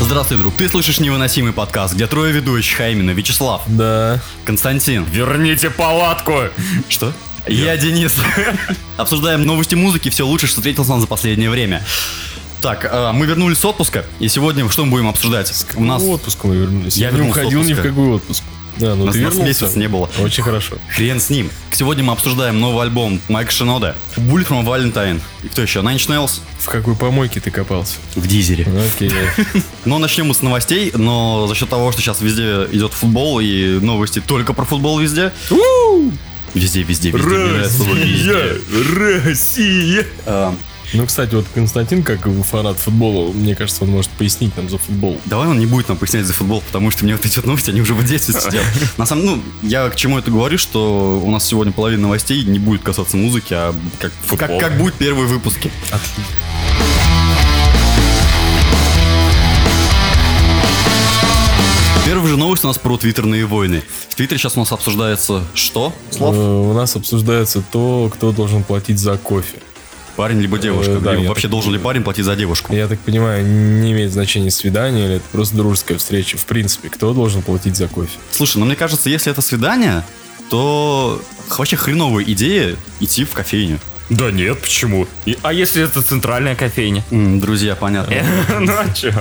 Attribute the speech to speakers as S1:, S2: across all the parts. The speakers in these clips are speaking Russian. S1: Здравствуй, друг. Ты слышишь невыносимый подкаст, где трое ведущих, а именно Вячеслав,
S2: Да.
S1: Константин.
S3: Верните палатку!
S1: Что? Я Денис. Обсуждаем новости музыки, все лучше, что встретилось нам за последнее время. Так, э, мы вернулись с отпуска, и сегодня что мы будем обсуждать? У нас
S2: В отпуск мы вернулись.
S1: Я
S2: Я не
S1: вернулся с
S2: уходил ни в
S1: отпуска.
S2: какой отпуск. Да, ну
S1: нас,
S2: ты
S1: нас
S2: вернулся.
S1: месяц не было.
S2: Очень хорошо.
S1: Хрен с ним. Сегодня мы обсуждаем новый альбом Майка Шинода. Bullet from Valentine. И кто еще? Nine Inch Nails?
S2: В какой помойке ты копался?
S1: В дизере.
S2: Окей.
S1: Но начнем мы с новостей, но за счет того, что сейчас везде идет футбол и новости только про футбол везде. Везде, везде, везде. мне нравится слово «везде».
S3: Россия!
S1: Э,
S2: Ну, кстати, вот Константин, как фанат футбола, мне кажется, он может пояснить нам за футбол.
S1: Давай он не будет нам пояснять за футбол, потому что мне вот эти новости, они уже в детстве сидят. На самом ну, я к чему это говорю, что у нас сегодня половина новостей не будет касаться музыки, а как, как,
S3: Футбола.
S1: как будет первые выпуски. Первая же новость у нас про твиттерные войны. В Твиттере сейчас у нас обсуждается что,
S2: Э,
S1: Слав?
S2: У нас обсуждается то, кто должен платить за кофе.
S1: Парень либо девушка.
S2: э, да,
S1: либо
S2: я Э.
S1: вообще должен ли парень платить за девушку?
S2: Я так понимаю, не имеет значения свидание или это просто дружеская встреча. В принципе, кто должен платить за кофе?
S1: Слушай, ну мне кажется, если это свидание, то вообще хреновая идея идти в кофейню.
S3: Да нет, почему? И- а если это центральная кофейня?
S1: М, друзья, понятно.
S3: Ну а чё?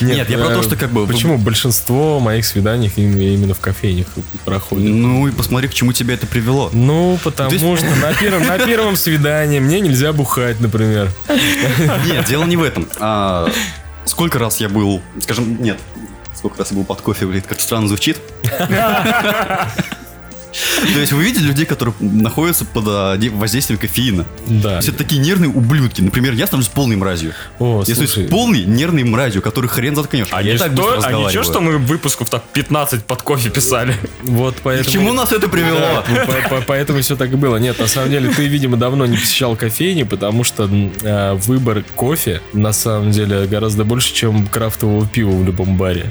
S1: Нет, я про то,
S2: э,
S1: что как бы-
S2: Почему большинство моих свиданий им- именно в кофейнях проходит?
S1: Ну и посмотри, к чему тебя это привело.
S2: Ну, потому
S1: То есть-
S2: что на первом, на первом свидании мне нельзя бухать, например.
S1: Нет, дело не в этом. А, Сколько раз я был, скажем, нет, сколько раз я был под кофе, блин, как странно звучит. То есть вы видели людей, которые находятся под а, де- воздействием кофеина?
S2: Да.
S1: Все такие нервные ублюдки. Например, я становлюсь полной мразью.
S2: О,
S1: Я становлюсь
S2: слушай.
S1: полной нервной мразью, который хрен заткнешь.
S3: А
S1: я
S3: не
S1: так быстро
S3: что, а ничего,
S1: разговариваю.
S3: что мы выпусков так 15 под кофе писали?
S2: Вот
S1: К
S2: поэтому...
S1: чему нас это привело?
S2: Да, ну, по- по- Поэтому все так и было. Нет, на самом деле, ты, видимо, давно не посещал кофейни, потому что м, э, выбор кофе, на самом деле, гораздо больше, чем крафтового пива в любом баре.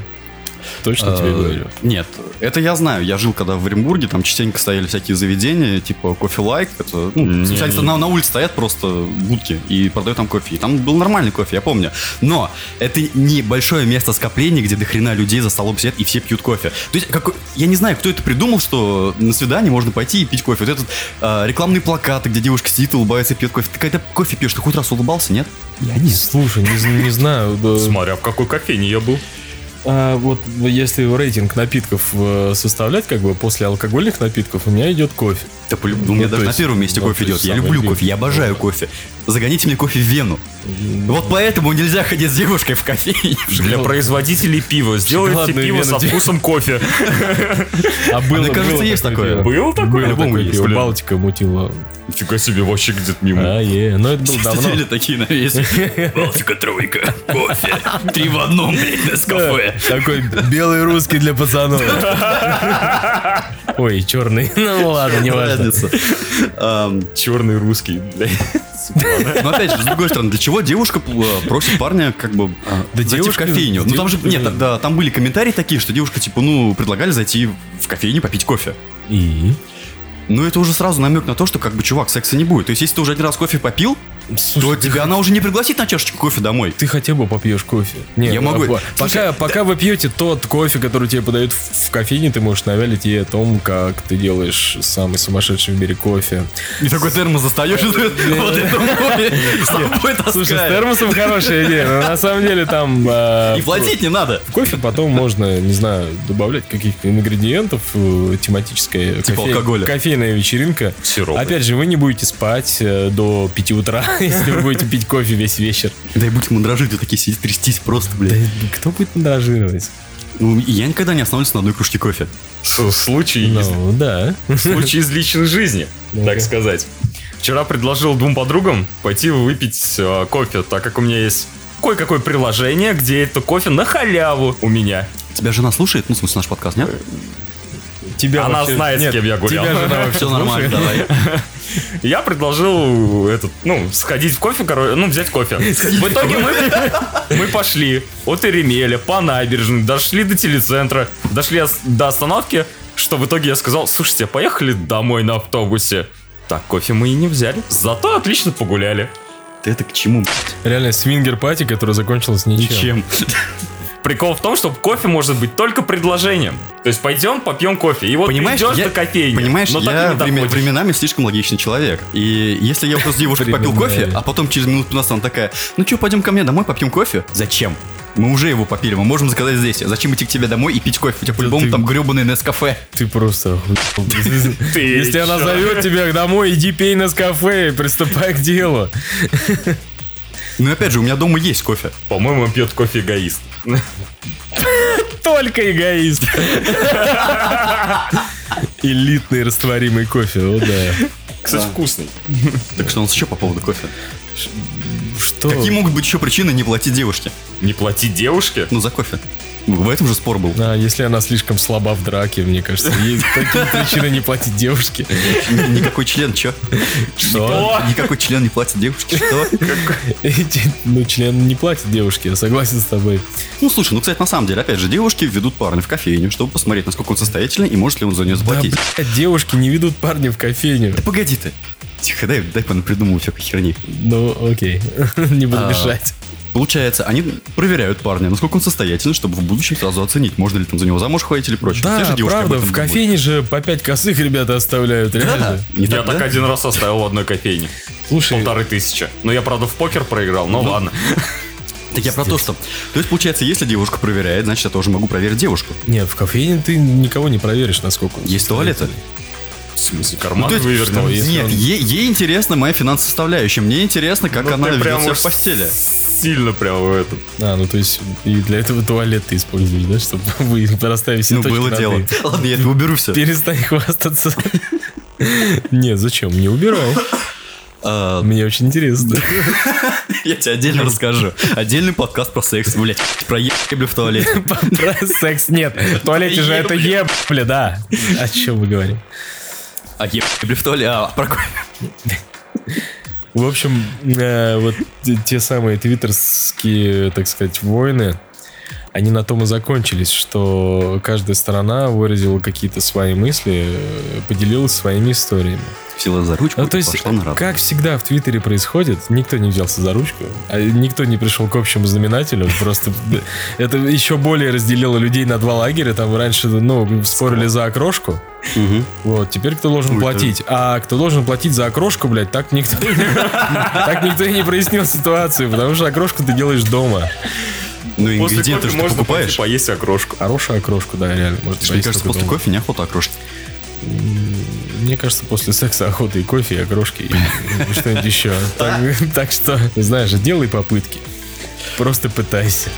S2: Точно тебе
S1: Э,
S2: говорю?
S1: Нет, это я знаю. Я жил когда в Оренбурге, там частенько стояли всякие заведения, типа кофе лайк. Это, ну,
S3: Не.
S1: кстати, на, на улице стоят просто будки и продают там кофе. И там был нормальный кофе, я помню. Но это не большое место скопления, где дохрена людей за столом сидят и все пьют кофе. То есть, как, я не знаю, кто это придумал, что на свидание можно пойти и пить кофе. Вот этот э, рекламные плакаты, где девушка сидит, улыбается и пьет кофе. Ты когда кофе пьешь, ты хоть раз улыбался, нет?
S2: Я не слушаю, не, зн- не знаю. да.
S3: Смотря в какой кофейне я был.
S2: А вот если рейтинг напитков э, составлять, как бы после алкогольных напитков, у меня идет кофе.
S1: Да, по у меня
S2: Ну,
S1: даже
S2: то
S1: на
S2: есть,
S1: первом месте
S2: ну,
S1: кофе
S2: то
S1: идет.
S2: есть
S1: Я
S2: самое
S1: люблю
S2: любимое.
S1: кофе, я обожаю кофе. Загоните мне кофе в вену. Вот поэтому нельзя ходить с девушкой в кофейне.
S3: Для производителей пива. Сделайте
S2: Ну. Шоколадную
S3: пиво
S2: вену
S3: со
S2: тебе.
S3: вкусом кофе.
S2: А было,
S1: мне кажется, есть такое.
S2: пиво.
S3: Был такой?
S2: Было
S1: По-любому
S2: такое
S1: есть,
S2: пиво.
S3: блин.
S2: Балтика мутила.
S3: Фига себе, вообще где-то мимо.
S2: А, е, но это было давно.
S1: Сидели такие на весе. Балтика тройка, кофе, три в одном, блядь, на
S2: Да, Э, Такой белый русский для пацанов. Ой, черный. Ну ладно, не важно.
S1: Разница. Ам,
S3: Черный русский.
S1: Но опять же, с другой стороны, для чего девушка э, просит парня как бы э,
S2: Да
S1: зайти в
S2: девушка-
S1: кофейню? Ну там же,
S2: девушка-
S1: нет, да, там были комментарии такие, что девушка типа, ну, предлагали зайти в кофейню попить кофе.
S2: И?
S1: Ну это уже сразу намек на то, что как бы, чувак, секса не будет. То есть если ты уже один раз кофе попил, то
S2: Слушай, ты-
S1: тебя она уже не пригласит на чашечку кофе домой.
S2: ты хотя бы попьешь кофе. Нет,
S1: Я могу.
S2: а, по-
S1: Слушай,
S2: Пока, пока вы пьете тот кофе, который тебе подают в в кофейне, ты можешь навялить ей о том, как ты делаешь самый сумасшедший в мире кофе.
S1: И такой термос застаешь, и вот это море с собой
S2: Слушай, с
S1: таскаешь.
S2: термосом хорошая идея, но на самом деле там... э,
S1: И платить не надо.
S2: в Кофе потом можно, не знаю, добавлять каких-то ингредиентов, э, тематическая
S1: Типа алкоголя.
S2: кофейная вечеринка.
S3: Сироп.
S2: Опять же, вы не будете спать э, до 5 утра, если вы будете пить кофе весь вечер.
S1: Да и будь мандражи, где такие сидеть, трястись просто,
S2: Да
S1: блядь.
S2: кто будет мандражировать?
S1: Ну, и я никогда не остановлюсь на одной кружке кофе.
S3: С- Случай из
S2: Ну, да.
S3: Случай из личной жизни,
S2: Ну-ка.
S3: так сказать. Вчера предложил двум подругам пойти выпить э, кофе, так как у меня есть кое-какое приложение, где это кофе на халяву у меня.
S1: Тебя жена слушает? Ну, в смысле, наш подкаст, нет?
S2: Тебя
S3: Она
S2: вообще-
S3: знает, с
S2: Нет,
S3: кем я гулял.
S2: Тебя жена вообще
S1: Все нормально,
S2: слушает.
S1: давай.
S3: Я предложил этот, ну, сходить в кофе, короче, ну, взять кофе. В итоге мы, мы пошли от Эремеля по набережной, дошли до телецентра, дошли ос- до остановки, что в итоге я сказал, слушайте, а поехали домой на автобусе. Так, кофе мы и не взяли, зато отлично погуляли.
S1: Ты это к чему?
S2: Реально, свингер-пати, которая закончилась ничем.
S1: Чем?
S3: Прикол в том, что кофе может быть только предложением. То есть пойдем, попьем кофе. И вот
S1: Понимаешь,
S3: идешь
S1: я-
S3: до кофейни.
S1: Понимаешь,
S3: но так и
S1: я
S3: не
S1: време-
S3: доходишь.
S1: временами слишком логичный человек. И если я вот с девушкой попил
S2: Временами.
S1: кофе, а потом через минут 15 она такая, ну что, пойдем ко мне домой, попьем кофе? Зачем? Мы уже его попили, мы можем заказать здесь. Зачем идти к тебе домой и пить кофе? У тебя по-любому
S2: ты-
S1: там гребаный Нескафе.
S2: Ты просто... охуел.
S3: Ты
S2: Если она
S3: чё?
S2: зовет тебя домой, иди пей на кафе и приступай к делу.
S1: Ну и опять же, у меня дома есть кофе.
S3: По-моему, он пьет кофе эгоист.
S2: Только эгоист. Элитный растворимый кофе, о да.
S3: Кстати, вкусный.
S1: Так что у нас еще по поводу кофе.
S2: Что?
S1: Какие могут быть еще причины не платить девушке?
S3: Не плати девушке.
S1: Ну, за кофе. В этом же спор был.
S2: А, если она слишком слаба в драке, мне кажется, есть такие причины не платить девушке.
S1: Ни- Никакой член, че?
S2: Что?
S3: О,
S1: Никакой член не платит девушке, что?
S2: Ну, член не платит девушке, я согласен с тобой.
S1: Ну, слушай, ну, кстати, на самом деле, опять же, девушки ведут парня в кофейню, чтобы посмотреть, насколько он состоятельный и может ли он за нее
S2: Да,
S1: заплатить.
S2: блядь, девушки не ведут парня в кофейню.
S1: Да погоди ты. Тихо, дай, дай понапридумываю всякой херни.
S2: Ну, окей, не буду
S1: А.
S2: мешать.
S1: Получается, они проверяют парня, насколько он состоятельный, чтобы в будущем сразу оценить, можно ли там за него замуж ходить или прочее. Все
S2: Да,
S1: же девушки об
S2: правда,
S1: этом
S2: в
S1: думают.
S2: кофейне же по пять косых ребята оставляют,
S1: Да,
S2: реально.
S1: не
S3: Я
S1: так,
S3: так
S1: да?
S3: один раз оставил в одной кофейне.
S2: Слушай,
S3: Полторы тысячи. Но я, правда, в покер проиграл, но
S1: Ну,
S3: ладно.
S1: Так я про то, что... То есть, получается, если девушка проверяет, значит, я тоже могу проверить девушку.
S2: нет, в кофейне ты никого не проверишь, насколько. он
S1: Есть туалеты?
S3: В смысле,
S1: Ну,
S3: карман
S1: то есть-
S3: вывернул.
S2: что, если
S1: Нет,
S2: он-
S1: ей, ей интересна моя финансовая составляющая. Мне интересно, как
S3: Ну,
S1: она
S3: ты
S1: ведет
S3: прям
S1: себя
S3: уж
S1: в постели.
S3: Сильно прям в этом.
S2: А, ну то есть и для этого туалет ты используешь, да, чтобы вы расставили все
S1: Ну,
S2: точки
S1: было
S2: над
S1: дело.
S2: «и».
S1: Ладно, я это уберу все.
S2: Перестань хвастаться. Нет, зачем? Не убирал.
S1: А,
S2: Мне очень интересно.
S1: Я тебе отдельно расскажу. Отдельный подкаст про секс, блядь. Про ебли в туалете.
S2: Про секс нет. В туалете же это ебля, да. О чем мы говорим?
S1: А ебли в туалете. А, про кофе.
S2: В общем, э, вот те- те самые твиттерские, так сказать, войны, они на том и закончились, что каждая сторона выразила какие-то свои мысли, э, поделилась своими историями.
S1: Села за ручку
S2: Ну, то
S1: и
S2: есть,
S1: пошла на работу.
S2: как всегда в Твиттере происходит, никто не взялся за ручку, а никто не пришел к общему знаменателю, просто это еще более разделило людей на два лагеря, там раньше, ну, спорили за окрошку,
S1: Мгм.
S2: вот, теперь кто должен
S1: Ой, да.
S2: платить, а кто должен платить за окрошку, блядь, так никто, так никто и не прояснил ситуацию, потому что окрошку ты делаешь дома.
S1: Ну,
S3: После
S1: ингредиенты
S3: кофе
S1: что
S3: можно пойти
S1: покупаешь?
S3: поесть окрошку.
S2: Хорошая окрошку, да, реально, может,
S1: Мне кажется, после кофе неохота окрошить.
S2: Мне кажется, после секса охота и кофе, и окрошки, и что-нибудь еще. Так, так что, знаешь, делай попытки. Просто пытайся.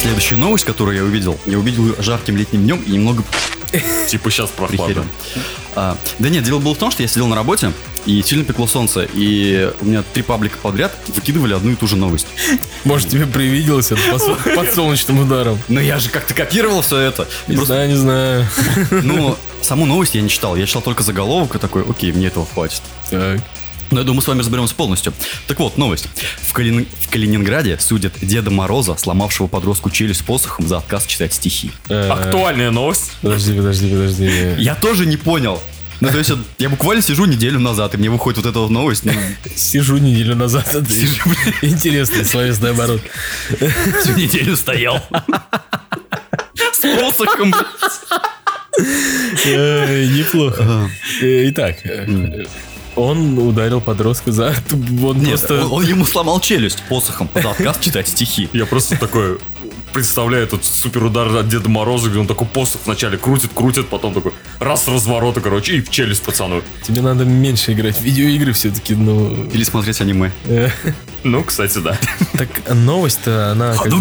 S1: Следующая новость, которую я увидел, я увидел ее жарким летним днем и немного
S3: Типа сейчас
S1: прихерил.
S3: прохладно.
S1: А, да нет, дело было в том, что я сидел на работе, и сильно пекло солнце, и у меня три паблика подряд выкидывали одну и ту же новость.
S2: Может, тебе привиделось это под, под солнечным ударом.
S1: Но я же как-то копировал все это.
S2: Не
S1: Просто,
S2: знаю, не знаю.
S1: ну, саму новость я не читал, я читал только заголовок и такой, окей, мне этого хватит.
S2: Так.
S1: Но Ну, я думаю, мы с вами разберемся полностью. Так вот, новость. В, Калини- в Калининграде судят Деда Мороза, сломавшего подростку челюсть посохом за отказ читать стихи.
S3: А
S2: Э,
S3: Актуальная новость.
S2: Подожди, подожди, подожди.
S1: Я тоже не понял. Ну, то есть, я буквально сижу неделю назад, и мне выходит вот эта вот новость. ну,
S2: Сижу неделю назад. Сижу, Интересный словесный оборот.
S1: всю неделю стоял. С посохом.
S2: Э, Неплохо. Э, Итак, э, он ударил подростка за... Он
S1: Нет,
S2: просто...
S1: он, он ему сломал челюсть посохом за отказ читать стихи.
S3: Я просто такой представляю этот суперудар от Деда Мороза, где он такой пост вначале крутит, крутит, потом такой раз разворота, короче, и в челюсть пацану.
S2: Тебе надо меньше играть в видеоигры все-таки, ну...
S1: Или смотреть аниме.
S2: э,
S3: Ну, кстати, да.
S2: Так новость-то, она... как бы-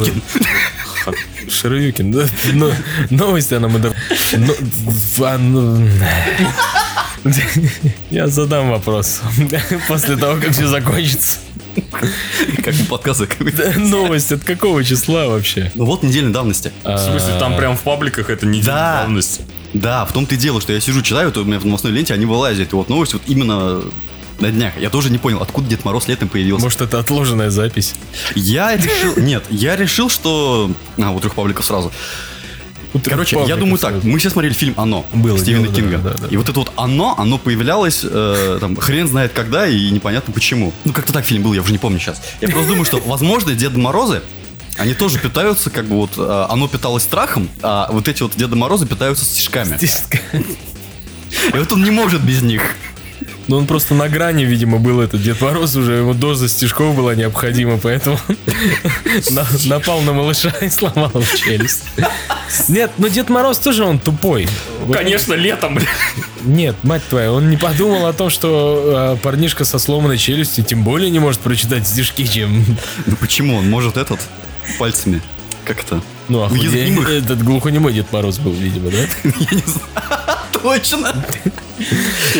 S1: Hadouken.
S2: Ширюкин, да? Но, новость она мы... дав- но- в- а, ну, Я задам вопрос после того, как все закончится.
S1: Как бы подкасты какой-то.
S2: Новость от какого числа вообще?
S1: Ну вот недельной давности.
S3: В смысле, там прям в пабликах это не
S1: Да.
S3: давности.
S1: Да, в том-то и дело, что я сижу, читаю, то у меня в новостной ленте они вылазят. И вот новость вот именно на днях. Я тоже не понял, откуда Дед Мороз летом появился.
S2: Может, это отложенная запись?
S1: Я решил... Нет, я решил, что... А, вот трех пабликов сразу.
S2: Утренний
S1: Короче, я
S2: паблик
S1: думаю так.
S2: абсолютно.
S1: Мы все смотрели фильм «Оно»
S2: Было
S1: Стивена
S2: дело, да,
S1: Кинга.
S2: да, да.
S1: И вот это вот «Оно», оно появлялось э, там хрен знает когда и непонятно почему. Ну, как-то так фильм был, я уже не помню сейчас. Я просто думаю, что, возможно, Деды Морозы, они тоже питаются, как бы вот э, оно питалось страхом, а вот эти вот Деды Морозы питаются стишками. И вот он не может без них.
S2: Ну, он просто на грани, видимо, был этот Дед Мороз, уже его доза стишков была необходима, поэтому на- напал на малыша и сломал ему челюсть. Нет, но Дед Мороз тоже он тупой. Вот-
S3: Конечно, летом, бля.
S2: Нет, мать твоя, он не подумал о том, что э, парнишка со сломанной челюстью тем более не может прочитать стишки, чем...
S1: Ну почему он может этот пальцами? Как это?
S2: Ну, а
S1: языком их.
S2: этот глухонемой Дед Мороз был, видимо, да?
S1: Я не знаю. Точно.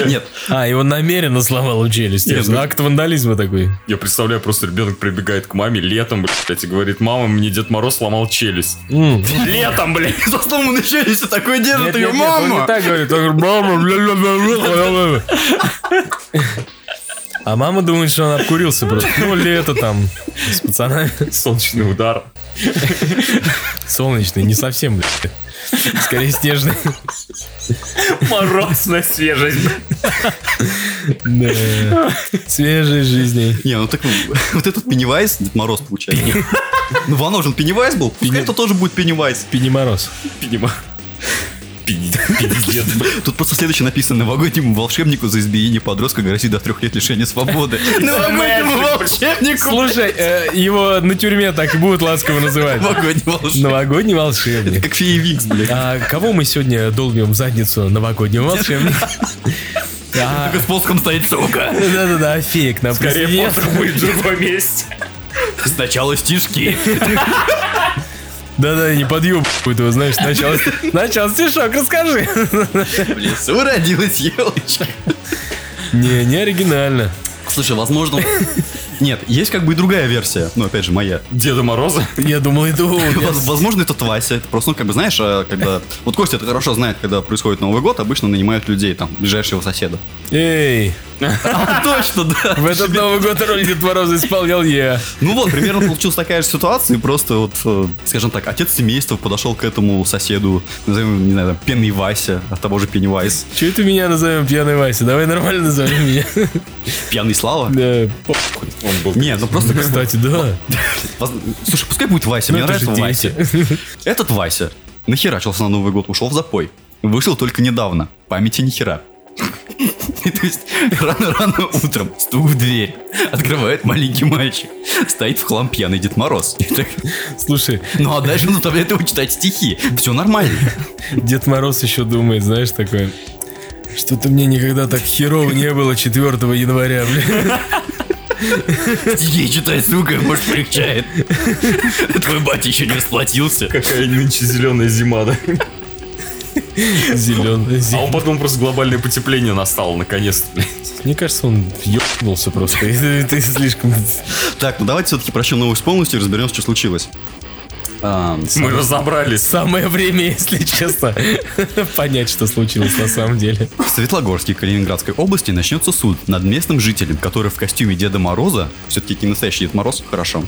S1: Нет.
S2: А, и он намеренно сломал ему челюсть.
S3: Нет, ну-
S2: Акт вандализма такой.
S3: Я представляю, просто ребенок прибегает к маме летом, блядь, и говорит, мама, мне Дед Мороз сломал челюсть.
S2: М.
S3: Летом, блядь.
S1: Со сломанной челюстью такой держит
S2: Нет,
S1: ее
S2: нет, нет, он
S1: мама.
S2: не так говорит, он говорит, мама, бля, бля, бля, бля, бля». А мама думает, что он обкурился просто. Ну, лето там, с пацанами.
S3: Солнечный удар.
S2: Солнечный, не совсем, блядь. Скорее снежный.
S3: Морозная свежесть, блядь.
S2: Да. Свежей жизни.
S1: Не, ну так вот этот Пеннивайз, Дед Мороз получается. Ну, Вано же он Пеннивайз был, пускай это тоже будет Пеннивайз.
S2: Пини Мороз.
S3: Пинима. Пиздец, блядь.
S1: Тут просто следующее написано. Новогоднему волшебнику за избиение подростка грозит до трех лет лишения свободы. Новогоднему волшебнику!
S2: Слушай, э, его на тюрьме так и будут ласково называть.
S1: Новогодний волшебник.
S2: Новогодний волшебник.
S1: Как феевикс, блядь.
S2: А кого мы сегодня долбим в задницу новогоднего волшебника? А,
S1: Только с полском стоит сука.
S2: Да-да-да, фея к нам
S3: Скорее,
S2: присоединилась.
S3: мозг будет в другом месте.
S1: Сначала стишки.
S2: Да-да, не подъебывают его, знаешь, сначала, сначала стишок расскажи.
S1: В лесу родилась елочка.
S2: Не, не оригинально.
S1: Слушай, возможно... Нет, есть как бы и другая версия. Ну, опять же, моя.
S3: Деда Мороза?
S2: Я думал, это он.
S1: Воз- Возможно, это Вася. Это просто, ну, как бы, знаешь, э, когда... Вот Костя это хорошо знает, когда происходит Новый год, обычно нанимают людей, там, ближайшего соседа.
S2: Эй,
S1: А, Точно, да.
S2: в этот Новый год роль Дед Мороза исполнял я.
S1: Ну вот, примерно получилась такая же ситуация, и просто вот, э, скажем так, отец семейства подошел к этому соседу, назовем, не знаю, там, Пенный Вася, от того же Пеннивайс.
S2: Че ты меня назовем пьяный Вася? Давай нормально назовем меня.
S1: Пьяный Слава.
S2: Да, по-
S3: Он был...
S1: Нет, ну просто... как бы,
S2: кстати, да.
S1: воз- Слушай, пускай будет Вася, мне
S2: Ну, это
S1: нравится
S2: же
S1: Вася. Этот Вася нахерачился на Новый год, ушел в запой. Вышел только недавно. Памяти ни хера. И то есть рано-рано утром стук в дверь. Открывает маленький мальчик. Стоит в хлам пьяный Дед Мороз. И так,
S2: Слушай,
S1: ну а дальше он заставляет его читать стихи. Все нормально.
S2: Дед Мороз еще думает, знаешь, такое... Что-то мне никогда так херово не было 4 января, бля.
S1: Стихи читай, сука, может полегчает. Твой батя еще не расплатился.
S3: Какая нынче зеленая зима, да?
S2: Зеленый.
S3: А он потом просто глобальное потепление настало, наконец-то, блядь.
S2: А Мне кажется, он ебнулся просто. Ты ты слишком...
S1: Так, ну давайте все-таки прочтем новость полностью и разберемся, что случилось. Ам,
S3: Мы разобрались.
S2: Самое время, если честно, понять, что случилось на самом деле.
S1: В Светлогорске Калининградской области начнется суд над местным жителем, который в костюме Деда Мороза, все-таки не настоящий Дед Мороз, хорошо,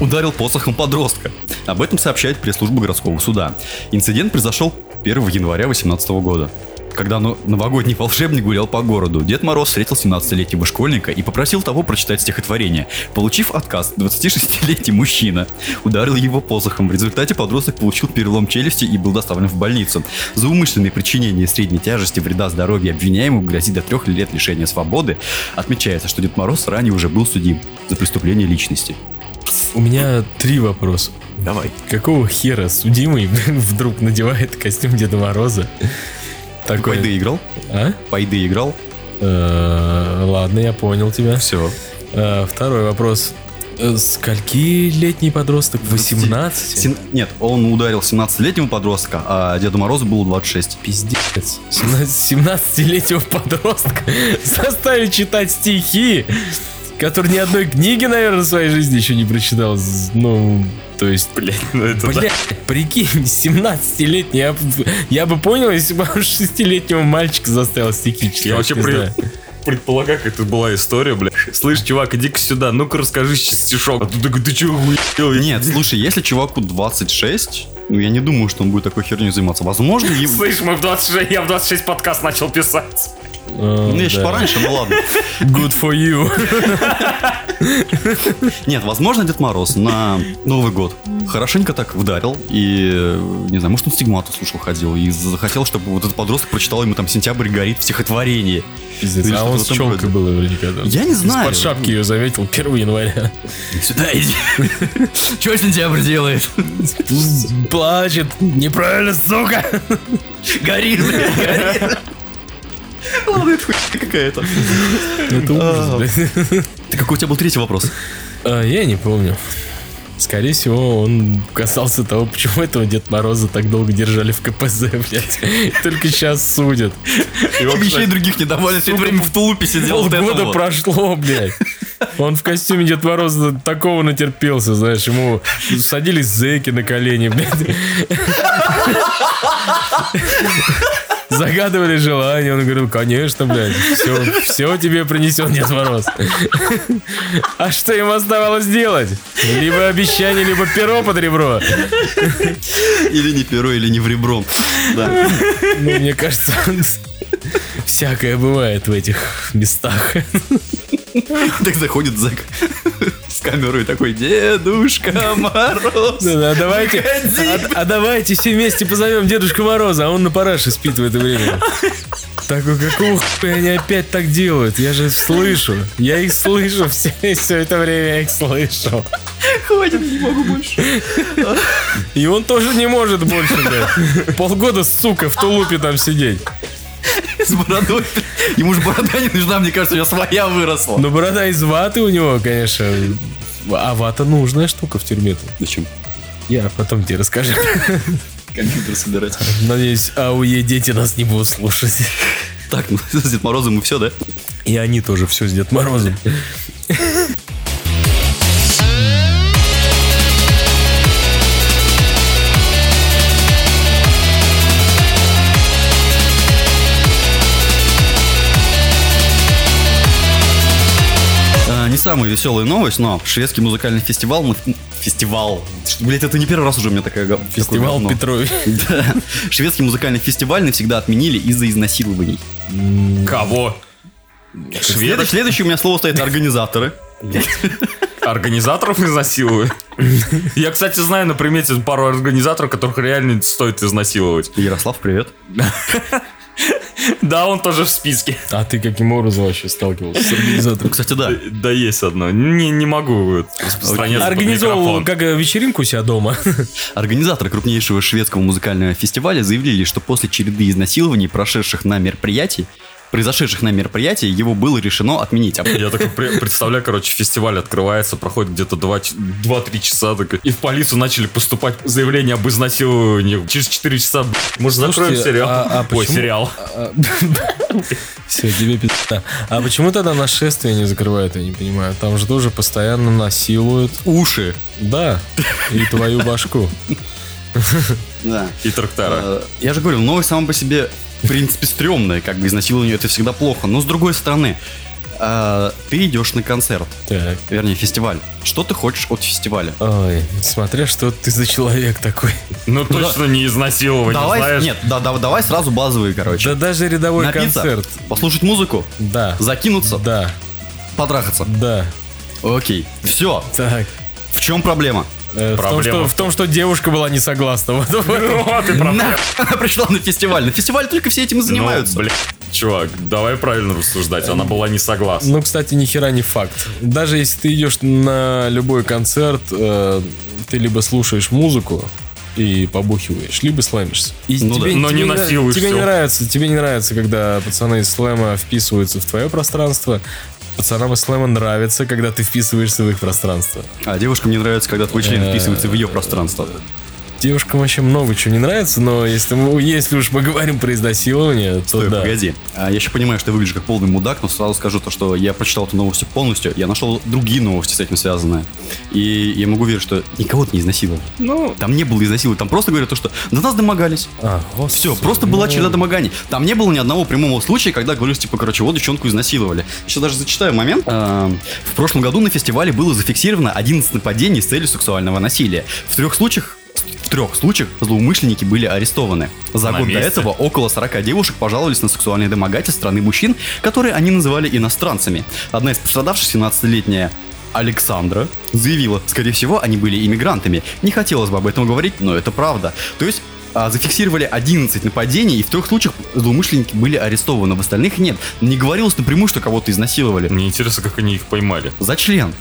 S1: ударил посохом подростка. Об этом сообщает пресс-служба городского суда. Инцидент произошел 1 января 2018 года. Когда но- новогодний волшебник гулял по городу, Дед Мороз встретил 17-летнего школьника и попросил того прочитать стихотворение. Получив отказ, 26-летний мужчина ударил его посохом. В результате подросток получил перелом челюсти и был доставлен в больницу. За умышленное причинение средней тяжести вреда здоровью обвиняемому грозит до трех лет лишения свободы. Отмечается, что Дед Мороз ранее уже был судим за преступление личности.
S2: У меня три вопроса.
S1: Давай.
S2: Какого хера судимый вдруг надевает костюм Деда Мороза? Такой...
S1: Пайды играл?
S2: А?
S1: Пайды играл?
S2: Э, Ладно, я понял тебя.
S1: Все.
S2: Э, Второй вопрос. Э, Скольки летний подросток? 18?
S1: Нет, он ударил 17-летнего подростка, а Деду Морозу было 26.
S2: Пиздец. 17-летнего подростка заставили читать стихи, который ни одной книги, наверное, в своей жизни еще не прочитал. З- Ну, то есть...
S3: Блядь, ну это да.
S2: Блядь, прикинь, 17-летний, я, б- я бы понял, если бы он 6-летнего мальчика заставил стихи читать.
S3: Я вообще
S2: не
S3: при-
S2: знаю.
S3: предполагаю, как это была история, бля. Слышь, чувак, иди-ка сюда, ну-ка расскажи стишок. А ты такой, ты чего хуй
S1: Нет, слушай, если чуваку 26, ну я не думаю, что он будет такой херней заниматься. Возможно, ему-
S3: Слышь, мы в 26, я в 26 подкаст начал писать.
S2: Э,
S1: Ну, я еще
S2: да.
S1: пораньше, ну ладно.
S2: Good for you.
S1: Нет, возможно, Дед Мороз на Новый год хорошенько так вдарил, и, э, не знаю, может, он стигмату слушал, ходил, и захотел, чтобы вот этот подросток прочитал ему там «Сентябрь горит в стихотворении».
S2: Пиздец,
S1: Или
S2: а
S1: что-то
S2: он
S1: в
S2: с
S1: этом
S2: челкой
S1: роде.
S2: был наверняка. да.
S1: Я не знаю.
S2: Из-под шапки ее заметил 1 января.
S1: Сюда иди. Че сентябрь делает?
S2: Плачет. Неправильно, сука.
S1: Горит, блядь, горит. Ладно, это хуйня какая-то.
S2: Это
S1: А.
S2: ужас, блядь.
S1: Так какой у тебя был третий вопрос?
S2: А, Я не помню. Скорее всего, он касался того, почему этого Дед Мороза так долго держали в КПЗ, блядь. Только сейчас судят.
S3: Его,
S1: Еще и
S3: кстати,
S1: других не добавили, все это
S2: Сука,
S1: время в тулупе сидел. вот это
S2: Полгода
S1: вот.
S2: прошло, блядь. Он в костюме Дед Мороза такого натерпелся, знаешь, ему садились зэки на колени, блядь. Загадывали желание, он говорил, конечно, блядь, все, все тебе принесет Дед Мороз. А что им оставалось делать? Либо обещание, либо перо под ребро.
S1: Или не перо, или не в ребром. Да.
S2: Ну, мне кажется, всякое бывает в этих местах.
S1: Так заходит зэк с камерой такой, дедушка Мороз.
S2: Да, да, давайте,
S1: Выходи!
S2: а, а давайте все вместе позовем Дедушку Мороза, а он на параше спит в это время. Такой, какого хуя они опять так делают? Я же слышу. Я их слышу все, все это время, я их слышал.
S1: Хватит, не могу больше.
S2: И он тоже не может больше, блядь. Полгода, сука, в тулупе там сидеть.
S1: С бородой. Ему же борода не нужна, мне кажется, у него своя выросла.
S2: Но борода из ваты у него, конечно. А вата нужная штука в тюрьме-то.
S1: Зачем?
S2: Я потом тебе расскажу.
S1: Компьютер собирать.
S2: Надеюсь, ауе дети нас не будут слушать.
S1: Так, ну, с Дед Морозом и все, да?
S2: И они тоже все с Дед Морозом.
S1: А, Не самая веселая новость, но шведский музыкальный фестивал... ну, Фестивал. Блять, это не первый раз уже у меня такая... га- такое
S2: Фестивал
S3: Ну.
S1: говно.
S2: Петрович.
S1: Да. Шведский музыкальный фестиваль навсегда отменили из-за изнасилований.
S3: кого?
S1: Следу-
S3: Шведов?
S1: Следующее у меня слово стоит организаторы.
S3: Организаторов изнасилуют? Я, кстати, знаю на примете пару организаторов, которых реально стоит изнасиловать.
S1: Ярослав, привет.
S3: Да, он тоже в списке.
S2: А ты каким образом вообще сталкивался с организатором?
S1: Ну, Кстати, да.
S3: Да есть одно. Не, не могу вот, распространяться под
S2: Организовывал
S3: микрофон.
S2: как э, вечеринку у себя дома.
S1: Организаторы крупнейшего шведского музыкального фестиваля заявили, что после череды изнасилований, прошедших на мероприятии, произошедших на мероприятии, его было решено отменить. А
S3: Я такой пре- представляю, короче, фестиваль открывается, проходит где-то 2-3 часа, так, и в полицию начали поступать заявления об изнасиловании. Через 4 часа, б***ь, может, закроем
S2: Слушайте,
S3: сериал?
S2: а- а
S3: Ой,
S2: почему-
S3: сериал.
S2: Все, тебе пизда. А почему тогда нашествие не закрывают, я не понимаю. Там же тоже постоянно насилуют.
S1: уши.
S2: Да, и твою башку.
S1: Да.
S3: И Трактара.
S1: Э, Я же говорю, новость сама по себе, в принципе, стрёмная, как бы изнасилование это всегда плохо. Но с другой стороны, э, ты идешь на концерт,
S2: Так.
S1: вернее, фестиваль. Что ты хочешь от фестиваля?
S2: Ой, смотря что ты за человек такой.
S3: Ну, точно не изнасилование,
S1: давай,
S3: знаешь?
S1: нет, да, да- давай сразу базовые, короче.
S2: Да даже рядовой
S1: Напиться,
S2: концерт.
S1: послушать музыку,
S2: Да.
S1: закинуться,
S2: Да,
S1: потрахаться.
S2: да.
S1: Окей, все.
S2: Так.
S1: В чем проблема?
S2: Э, В том,
S3: Проблема
S2: что,
S3: в
S2: в том, что девушка была не согласна. Вот в этом.
S3: Вот и проблема.
S1: Нахуй Она пришла на фестиваль. На фестивале только все этим и
S3: Ну,
S1: занимаются.
S3: бля, чувак, давай правильно рассуждать. Она была не согласна.
S2: Ну, кстати, ни хера не факт. Даже если ты идешь на любой концерт, э, ты либо слушаешь музыку и побухиваешь, либо слэмишься. И
S1: Ну да.
S3: Но не
S2: нра-
S3: насилуешь
S2: Тебе не
S3: всё.
S2: нравится, тебе не нравится, когда пацаны из слэма вписываются в твое пространство. Пацанам из слэма нравится, когда ты вписываешься в их пространство.
S1: А девушкам не нравится, когда твой член
S2: Э,
S1: вписывается в ее пространство.
S2: Девушкам вообще много чего не нравится, но если, мы, если уж мы говорим про изнасилование, то
S1: Стой,
S2: Ну да.
S1: погоди. А, Я еще понимаю, что ты выглядишь как полный мудак, но сразу скажу то, что я прочитал эту новость полностью. Я нашел другие новости с этим связанные. И я могу верить, что никого ты не изнасиловал.
S3: Ну,
S1: Там не было изнасилования. Там просто говорят то, что на нас домогались.
S2: А,
S1: Все,
S2: господи,
S1: просто была
S2: ну,
S1: череда домоганий. Там не было ни одного прямого случая, когда говорилось, типа, короче, вот девчонку изнасиловали. Еще даже зачитаю момент. Эм, В прошлом году на фестивале было зафиксировано 11 нападений с целью сексуального насилия. В трех случаях в трех случаях злоумышленники были арестованы. За
S3: На
S1: год до
S3: месте.
S1: этого около 40 девушек пожаловались на сексуальные домогательства страны мужчин, которые они называли иностранцами. Одна из пострадавших, 17-летняя Александра, заявила, скорее всего, они были иммигрантами. Не хотелось бы об этом говорить, но это правда. То есть а, зафиксировали 11 нападений, и в трех случаях злоумышленники были арестованы, в остальных нет. Не говорилось напрямую, что кого-то изнасиловали.
S3: мне интересно, как они их поймали.
S1: За член.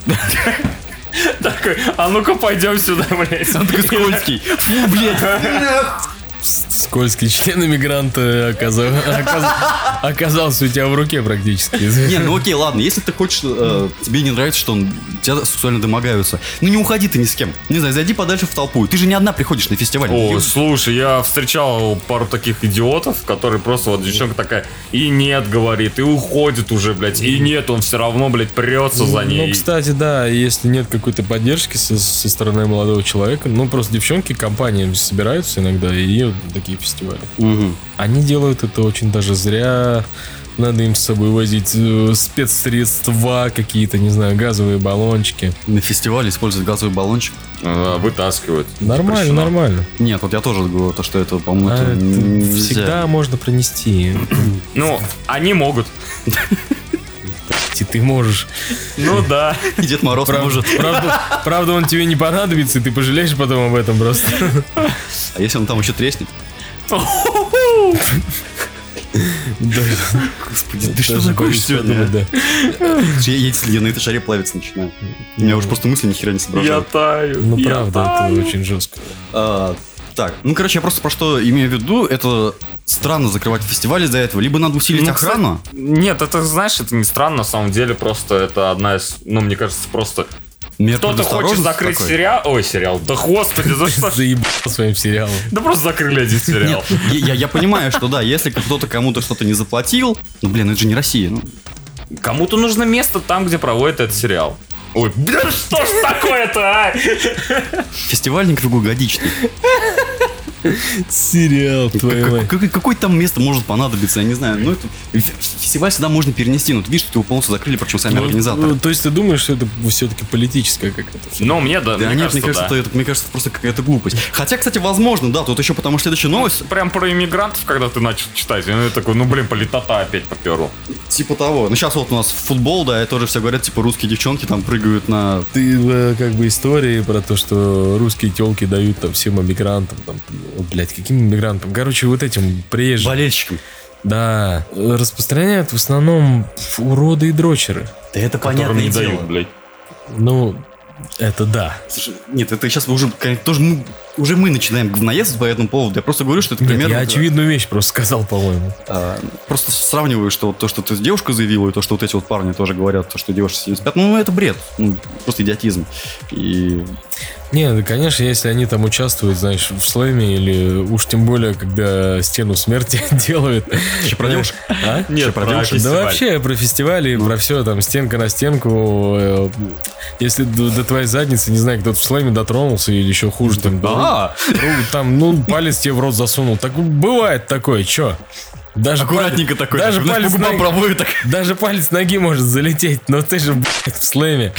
S3: Такой, а ну-ка пойдем сюда, блядь.
S1: Он такой скользкий. Фу, блядь.
S2: Скользкий член иммигранта оказа- оказ- оказался у тебя в руке практически.
S1: Не, ну окей, ладно, если ты хочешь, э, тебе не нравится, что он тебя сексуально домогаются, ну не уходи ты ни с кем. Не знаю, зайди подальше в толпу. Ты же не одна приходишь на фестиваль.
S3: О,
S1: Ё-
S3: слушай, я встречал пару таких идиотов, которые просто вот девчонка такая и нет говорит, и уходит уже, блядь, и нет, он все равно, блядь, прется за ней.
S2: Ну, кстати, да, если нет какой-то поддержки со, со стороны молодого человека, ну, просто девчонки компаниями собираются иногда и едут на такие фестивали.
S1: Мгм.
S2: Они делают это очень даже зря. Надо им с собой возить э, спецсредства какие-то, не знаю, газовые баллончики.
S1: На фестивале использовать газовый баллончик.
S3: Э, Вытаскивают.
S2: Нормально,
S3: Запрещено.
S2: нормально.
S1: Нет, вот я тоже говорю то, что это, по-моему,
S2: А
S1: это
S2: это
S1: нельзя.
S2: всегда можно принести.
S3: Ну, они могут.
S2: Ти- Ты можешь.
S3: Ну да.
S1: И Дед Мороз
S2: Прав-
S1: может.
S2: Правда, правда, он тебе не понадобится, и ты пожалеешь потом об этом просто.
S1: А если он там еще треснет?
S2: Да,
S1: Господи, ты что
S2: даже
S1: такое
S2: боюсь
S1: сегодня?
S2: подумать, да.
S1: Я, я, если я на этой шаре плавиться начинаю. У меня уже просто мысли ни хера не
S3: Я
S1: соображают.
S3: таю.
S2: Ну,
S3: я
S2: правда, это
S3: таю.
S2: очень жестко.
S1: А, так, ну короче, я просто про что имею в виду, это странно закрывать фестиваль из-за этого. Либо надо усилить
S3: Ну, кстати,
S1: охрану.
S3: Нет, это, знаешь, это не странно, на самом деле, просто это одна из, ну, мне кажется, просто...
S1: мер
S3: Кто-то хочет
S1: предосторожности
S3: закрыть
S1: такой.
S3: сериал... Ой, сериал. Да господи, за что ж-
S2: Заебал своим сериалом.
S3: Да просто закрыли один сериал.
S1: Нет, я, я- я понимаю, что да, если кто-то кому-то что-то не заплатил, ну блин, это же не Россия. Ну,
S3: Кому-то нужно место там, где проводят этот сериал. Ой, да что ж такое-то, а?
S1: фестивальник круглогодичный.
S2: Сериал, твою мать.
S1: Как- как- какое там место может понадобиться, я не знаю. Ну, это, ф- фестиваль всегда можно перенести, но ты видишь, что его полностью закрыли, причем сами
S2: Ну,
S1: организаторы.
S2: ну, То есть ты думаешь, что это все-таки политическая какая-то фигня?
S3: Ну, мне да,
S1: Да
S3: мне
S1: нет, мне кажется,
S3: кажется,
S1: это,
S3: да.
S1: это- мне кажется, просто какая-то глупость. Хотя, кстати, возможно, да, тут еще потому что следующая новость,
S3: Прям про иммигрантов, когда ты начал читать, я такой, ну блин, политота опять поперло.
S1: типа того. Ну, сейчас вот у нас футбол, да, и тоже все говорят, типа, русские девчонки там прыгают на...
S2: Ты э, как бы истории про то, что русские телки дают там всем иммигрантам, там, вот, блядь, каким иммигрантам? Короче, вот этим приезжим.
S1: Болельщикам.
S2: Да, э, распространяют в основном ф- уроды и дрочеры.
S1: Да это
S3: Которым
S1: понятное
S3: не
S1: дело.
S3: дают, блядь.
S2: Ну, это да.
S1: Слушай, нет, это сейчас уже, конечно, тоже мы, уже мы начинаем гвнаездить по этому поводу. Я просто говорю, что это
S2: Нет,
S1: примерно...
S2: я очевидную вещь просто сказал, по-моему.
S1: а, просто сравниваю, что вот то, что ты девушка заявила, и то, что вот эти вот парни тоже говорят, то, что девушка 75, ну, это бред. Ну, просто идиотизм. И...
S2: Не, да, конечно, если они там участвуют, знаешь, в слэме или уж тем более, когда стену смерти делают.
S1: Еще про девушек?
S2: А?
S1: Нет, про девушек.
S2: Да
S3: фестиваль.
S2: вообще про фестивали, и про все там, стенка на стенку. э, Если до, до твоей задницы, не знаю, кто-то в слэме дотронулся или еще хуже, там, да,
S1: А,
S2: ну, там, ну, палец тебе в рот засунул. Так бывает такое, чё? Даже
S1: аккуратненько
S2: палец-
S1: такой.
S2: Даже
S1: так,
S2: палец,
S1: по губам
S2: ноги-
S1: проводит так.
S2: даже палец ноги может залететь, но ты же, блядь, в слэме.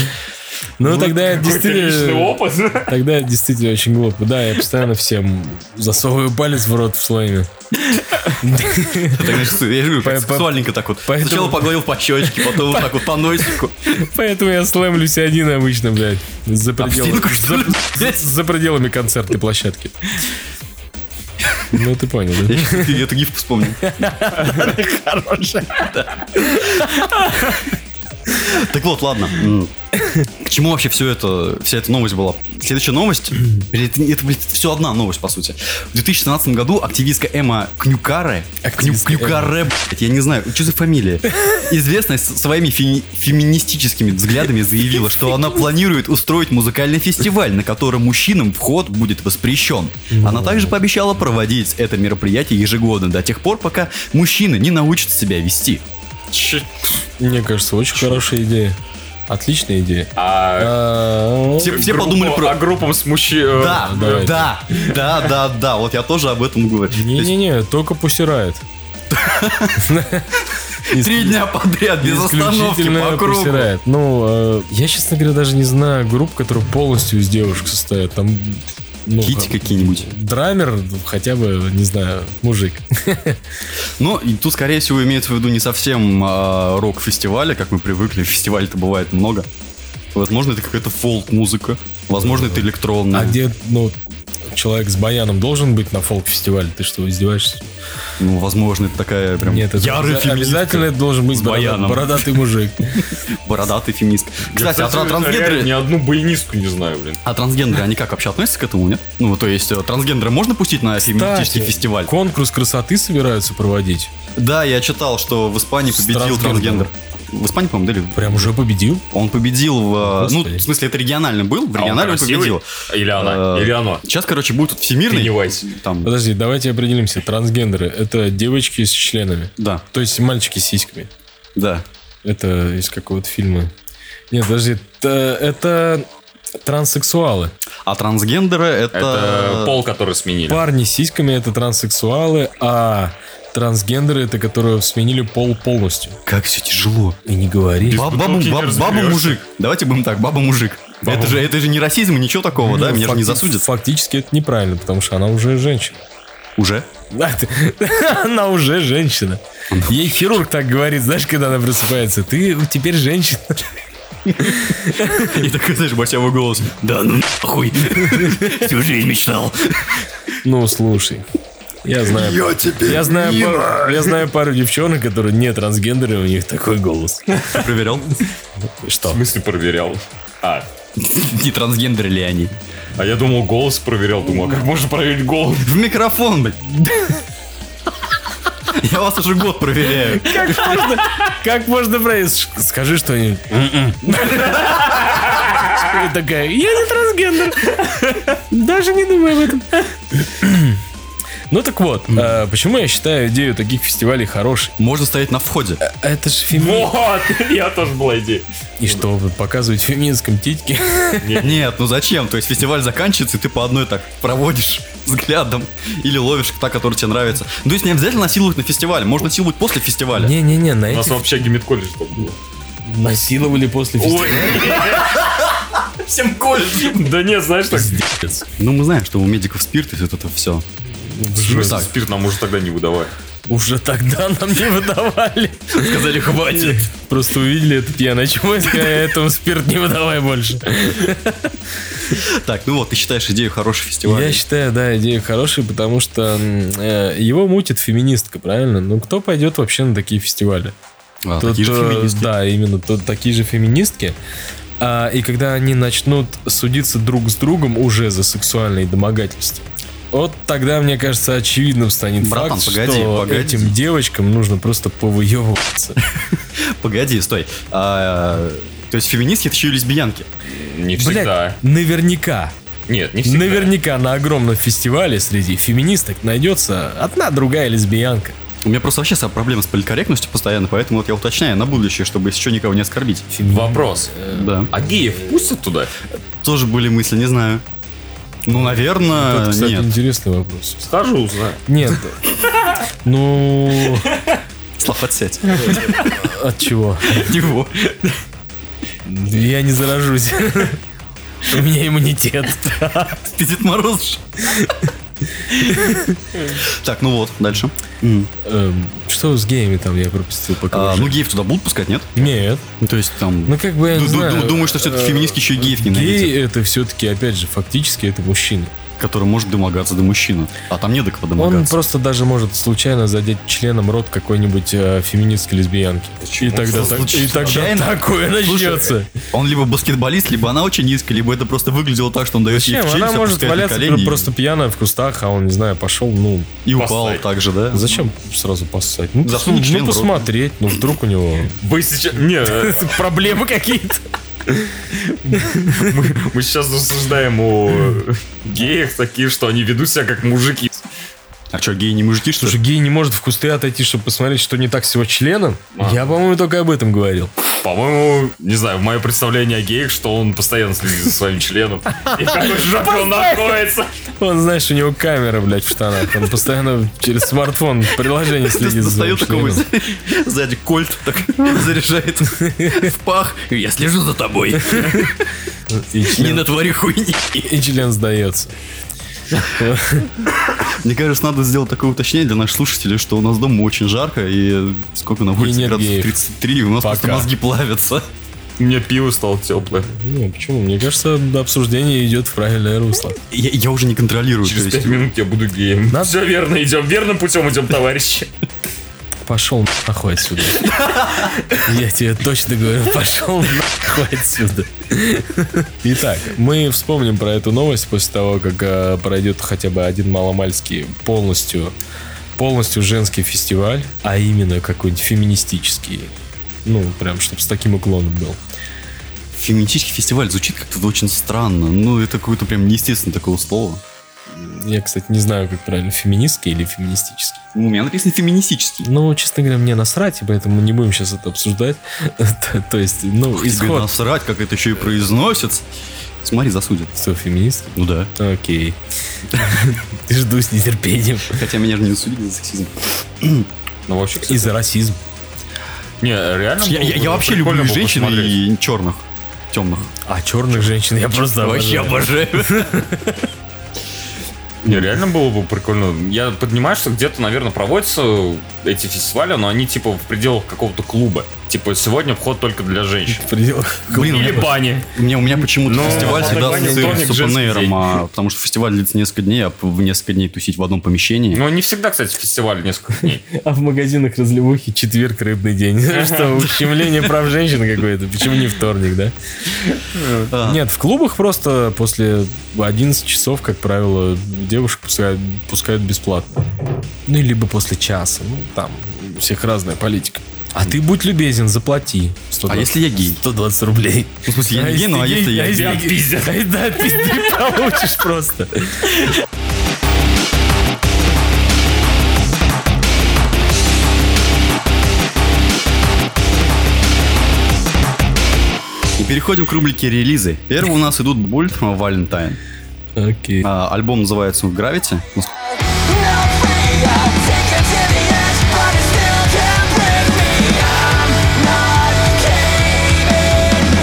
S2: Ну, тогда это
S3: Какой-то личный
S2: действительно...
S3: опыт.
S2: Тогда это действительно очень глупо. Да, я постоянно всем засовываю палец в рот в слайме.
S1: Так, значит, Я люблю, как
S2: По- по-
S1: сексуальненько так вот.
S2: поэтому-
S1: Сначала погладил по щечке, потом вот так вот по носику.
S2: Поэтому я слаймлюсь один обычно, блядь. За, пределами-
S1: стенку, что ли,
S2: за, за пределами концертной площадки. Ну, ты понял, да?
S1: Я щас- я эту гифку вспомнил. Так вот, ладно. М. К чему вообще все это, вся эта новость была? Следующая новость, блин, это, это, блин, все одна новость, по сути. В 2017 году активистка Эмма Кнюкаре, Кню,
S2: Активистка
S1: Кнюкаре, блядь, я не знаю, что за фамилия? известная с- своими феми- феминистическими взглядами заявила, что она планирует устроить музыкальный фестиваль, на котором мужчинам вход будет воспрещен. Она также пообещала проводить это мероприятие ежегодно до тех пор, пока мужчины не научатся себя вести.
S2: Мне кажется, очень хорошая идея. Отличная идея.
S3: А
S2: А,
S1: Все, все
S3: группу- э,
S1: подумали про...
S3: А группам с мужчиной...
S1: Да,
S2: давайте.
S1: да, да, да, да, вот я тоже об этом говорю. То есть
S2: Не-не-не, только пусирает.
S1: Три дня подряд, без остановки,
S2: Исключительно
S1: по кругу.
S2: пусирает. Ну, э, я, честно говоря, даже не знаю групп, которые полностью из девушек состоят. Там, ну,
S1: Кити
S2: как-
S1: какие-нибудь.
S2: Драмер, ну, хотя бы, не знаю, мужик.
S1: Ну, и тут, скорее всего, имеется в виду не совсем а, рок-фестиваля, как мы привыкли. Фестивалей-то бывает много. Возможно, это какая-то фолк-музыка. Возможно, это электронная.
S2: А где, ну, человек с баяном должен быть на фолк-фестивале? Ты что, издеваешься?
S1: Ну, возможно, это такая прям
S2: Нет, это
S1: ярый
S2: обяза-
S1: феминистка,
S2: обязательно это должен быть
S1: с
S2: борода-
S1: баяном.
S2: бородатый мужик.
S1: бородатый феминист.
S3: Я,
S1: Кстати, а тра-
S3: реально Ни
S1: трансгендеры...
S3: одну баянистку не знаю, блин.
S1: А трансгендеры, они как вообще относятся к этому, нет? Ну, то есть, э, трансгендеры можно пустить на феминистический
S2: Кстати,
S1: фестиваль?
S2: Конкурс красоты собираются проводить.
S1: Да, я читал, что в Испании
S2: С
S1: победил
S2: трансгендером.
S1: трансгендер. В Испании, по-моему, да, или
S2: Прям уже победил?
S1: Он победил в... э, Ну,
S2: Господи.
S1: в смысле, это регионально был, в
S3: А он
S1: региональном
S3: красивый?
S1: победил.
S3: Или она,
S1: Э,
S3: или оно.
S1: Сейчас, короче, будет тут всемирный.
S3: Пеннивайз.
S1: Там,
S2: Подожди, давайте определимся. Трансгендеры — это девочки с членами.
S1: да,
S2: То есть мальчики с сиськами.
S1: да.
S2: Это из какого-то фильма. Нет, подожди, это, это транссексуалы.
S1: А трансгендеры это...
S3: Это пол, который сменили.
S2: Парни с сиськами это транссексуалы, а трансгендеры это которые сменили пол полностью.
S1: Как все тяжело.
S2: И не говори.
S1: Баб-
S3: бутылки не
S1: баб- баба,
S3: разберешься.
S1: мужик. Давайте будем так, баба мужик. Это же, это же не расизм, ничего такого, да?
S2: Ну,
S1: Меня же не
S2: факти-
S1: засудят.
S2: Фактически это неправильно, потому что она уже женщина.
S1: Уже?
S2: Да, ты- Она уже женщина. Ей хирург так говорит, знаешь, когда она просыпается, ты теперь женщина.
S1: И такой, знаешь, басявый голос. Да ну нахуй. Всю жизнь мечтал.
S2: Ну, слушай, я знаю.
S1: Я тебе
S2: Я знаю,
S1: не
S2: пару, я знаю пару девчонок, которые не трансгендеры, у них такой голос.
S1: Ты проверял?
S2: Что?
S3: В смысле проверял? А,
S1: Не трансгендеры ли они?
S3: а я думал, голос проверял. Думал, а как можно проверить голос?
S1: В микрофон, блядь. Я вас уже год проверяю.
S2: Как можно проверить? Ш- Скажи что-нибудь. Ты такая, я не трансгендер. Даже не думаю об этом. Ну так вот, э, почему я считаю идею таких фестивалей хорошей? Э,
S1: Можно стоять на входе.
S2: Это же феминизм.
S3: Вот, я тоже была идея.
S2: И что, показывать феминистском титьки?
S1: Нет, ну зачем? То есть фестиваль заканчивается, и ты по одной так проводишь взглядом или ловишь та, которая тебе нравится. Ну, То есть не обязательно насиловать на фестивале, можно насиловать после фестиваля.
S2: Не-не-не, на
S3: У нас
S2: этих
S3: вообще гимит-колледж там было.
S2: насиловали после фестиваля.
S3: Всем колледж. Да нет, знаешь, так...
S1: Ну, мы знаем, что у медиков спирт и вот это все.
S2: Ну,
S3: Слушай,
S1: так.
S3: Спирт нам уже тогда не выдавали.
S2: Уже тогда нам не выдавали.
S1: Сказали, хватит.
S2: Просто увидели это пьяное чмо и сказали, а этому спирт не выдавай больше.
S1: Так, ну вот, ты считаешь идею хороший фестиваль.
S2: Я считаю, да, идея хорошая, потому что м, э, его мутит феминистка, правильно? Ну, кто пойдет вообще на такие фестивали?
S1: А,
S2: Тут,
S1: такие же
S2: э,
S1: феминистки.
S2: Да, именно, тут такие же феминистки. А, и когда они начнут судиться друг с другом уже за сексуальные домогательства, вот тогда, мне кажется, очевидным станет
S1: Братан,
S2: факт,
S1: погоди,
S2: что
S1: погоди.
S2: этим девочкам нужно просто повыебываться.
S1: Погоди, стой. А, То есть феминистки это еще и лесбиянки.
S3: Не
S2: Блять,
S3: всегда.
S2: наверняка.
S3: Нет, не всегда.
S2: Наверняка на огромном фестивале среди феминисток найдется одна другая лесбиянка.
S1: У меня просто вообще со- проблемы с политкорректностью постоянно, поэтому вот я уточняю на будущее, чтобы еще никого не оскорбить.
S3: Вопрос.
S2: э,
S1: Да. А
S3: А геев пустят туда?
S1: Тоже были мысли, не знаю. Ну, наверное,
S2: Тут, кстати,
S1: нет.
S2: интересный вопрос.
S3: Схожу, узнаю.
S2: Нет. Ну,
S1: Слав, отсядь.
S2: от чего?
S1: От него.
S2: Я не заражусь. У меня иммунитет.
S1: Ты Дед Мороз же. Так, ну вот, дальше. М.
S2: Эм, Что с геями там я пропустил пока?
S1: А,
S2: уже?
S1: Ну, геев туда будут пускать, нет?
S2: Нет.
S1: Ну, То есть там...
S2: Ну как бы я
S1: Ду-
S2: не
S1: ду-
S2: знаю.
S1: ду- Думаю, что все-таки
S2: э,
S1: феминистки еще и геев ненавидят.
S2: Геи это все-таки, опять же, фактически это мужчины.
S1: которым может домогаться до мужчины. А там не до кого
S2: Он
S1: домогаться.
S2: просто даже может случайно задеть членом рот какой-нибудь э, феминистской лесбиянки. И тогда,
S1: Что
S2: так- и
S1: случайно?
S2: тогда
S1: Случайно?
S2: такое начнется.
S1: Он либо баскетболист, либо она очень низкая, либо это просто выглядело так, что он дает ей
S2: Зачем?
S1: в
S2: Она
S1: челюсть,
S2: может
S1: опускает на
S2: валяться
S1: колени
S2: пр-
S1: и-
S2: просто пьяная в кустах, а он, не знаю, пошел, ну...
S1: и упал
S3: поссать.
S1: так же, да?
S2: Зачем сразу поссать? Ну,
S1: Засунуть
S2: ну,
S1: член в рот.
S2: посмотреть, ну вдруг у него...
S3: Вы сейчас... Не, э, проблемы какие-то. Мы, мы сейчас рассуждаем о геях такие, что они ведут себя как мужики.
S1: А что, геи не мужики, что
S2: Слушай,
S1: ли?
S2: гей не может в кусты отойти, чтобы посмотреть, что не так с его членом? Я, по-моему, только об этом говорил.
S3: По-моему, А. не знаю, мое представление о геях, что он постоянно следит за своим членом. И в какой жопе он находится.
S2: Он, знаешь, у него камера, блядь, в штанах. Он постоянно через смартфон приложение следит за своим
S1: Достает такого
S2: членом.
S1: из- сзади кольт, так заряжает в пах. Я слежу за тобой.
S2: И
S1: Не
S2: член-
S1: натвори хуйни.
S2: и член сдается.
S1: Мне кажется, надо сделать такое уточнение для наших слушателей, что у нас дома очень жарко, и сколько на улице
S2: нет
S1: градусов
S2: геев.
S1: 33, и у нас просто
S2: Пока.
S1: мозги плавятся.
S3: У меня пиво стало теплое.
S2: Ну, почему? Мне кажется, обсуждение идет в правильное русло.
S1: Я, я уже не контролирую.
S3: Через
S1: то есть-
S3: пять минут я буду геем.
S2: Надо-
S3: Все верно, идем верным путем, идем, товарищи.
S2: Пошел нахуй отсюда. Я тебе точно говорю, пошел нахуй отсюда. Итак, мы вспомним про эту новость после того, как э, пройдет хотя бы один маломальский полностью, полностью женский фестиваль, а именно какой-нибудь феминистический. Ну, прям, чтобы с таким уклоном был.
S1: Феминистический фестиваль звучит как-то очень странно. Ну, это какое-то прям неестественно такое слово.
S2: Я, кстати, не знаю, как правильно, феминистский или феминистический.
S1: У меня написано феминистический.
S2: Ну, честно говоря, мне насрать, и поэтому не будем сейчас это обсуждать. То- То есть, ну,
S1: Тебе
S2: исход...
S1: насрать, как это еще и произносится. Смотри, засудят.
S2: Что, феминист?
S1: Ну да.
S2: Окей. Жду с нетерпением.
S1: Хотя меня же не судили за сексизм.
S3: Ну, вообще,
S2: И за расизм.
S3: Не, э, реально.
S1: Я, я- я
S3: было бы
S1: вообще
S3: прикольно
S1: люблю и
S3: было
S1: женщин
S3: посмотреть.
S1: и черных, темных.
S2: А черных женщин я просто обожаю.
S1: обожаю.
S3: Не, реально было бы прикольно. Я понимаю, что где-то, наверное, проводятся эти фестивали, но они типа в пределах какого-то клуба. Типа сегодня вход только для женщин.
S2: В пределах.
S1: Блин, у
S3: Или
S1: меня,
S3: бани.
S1: у меня- у меня почему-то
S3: Но
S1: фестиваль всегда
S3: Ваня
S1: ассоциируется с
S3: Антоник, женский
S1: опенэйром,
S3: день.
S1: а, потому что фестиваль длится несколько дней, а в несколько дней тусить в одном помещении.
S3: Но Ну, не всегда, кстати, фестиваль несколько дней.
S2: А в магазинах разливухи четверг рыбный день. Что, ущемление прав женщин какое-то. Почему не вторник, да?
S1: А,
S2: Нет, в клубах просто после 11 часов, как правило, девушек пускают, пускают бесплатно. Ну, либо после часа. Ну, там у всех разная политика. А ты будь любезен, заплати. 120
S1: А если я гей?
S2: 120 рублей.
S1: Ну, в смысле, я не гей, ну а если я гей?
S2: пиздец. Да, пизди получишь просто.
S1: И переходим к рубрике релизы. Первые у нас идут Bullet from Valentine.
S2: Окей.
S1: А, Альбом называется Gravity. Насколько-
S4: No way, I'll take it to the edge, but it still can't break me. I'm not caving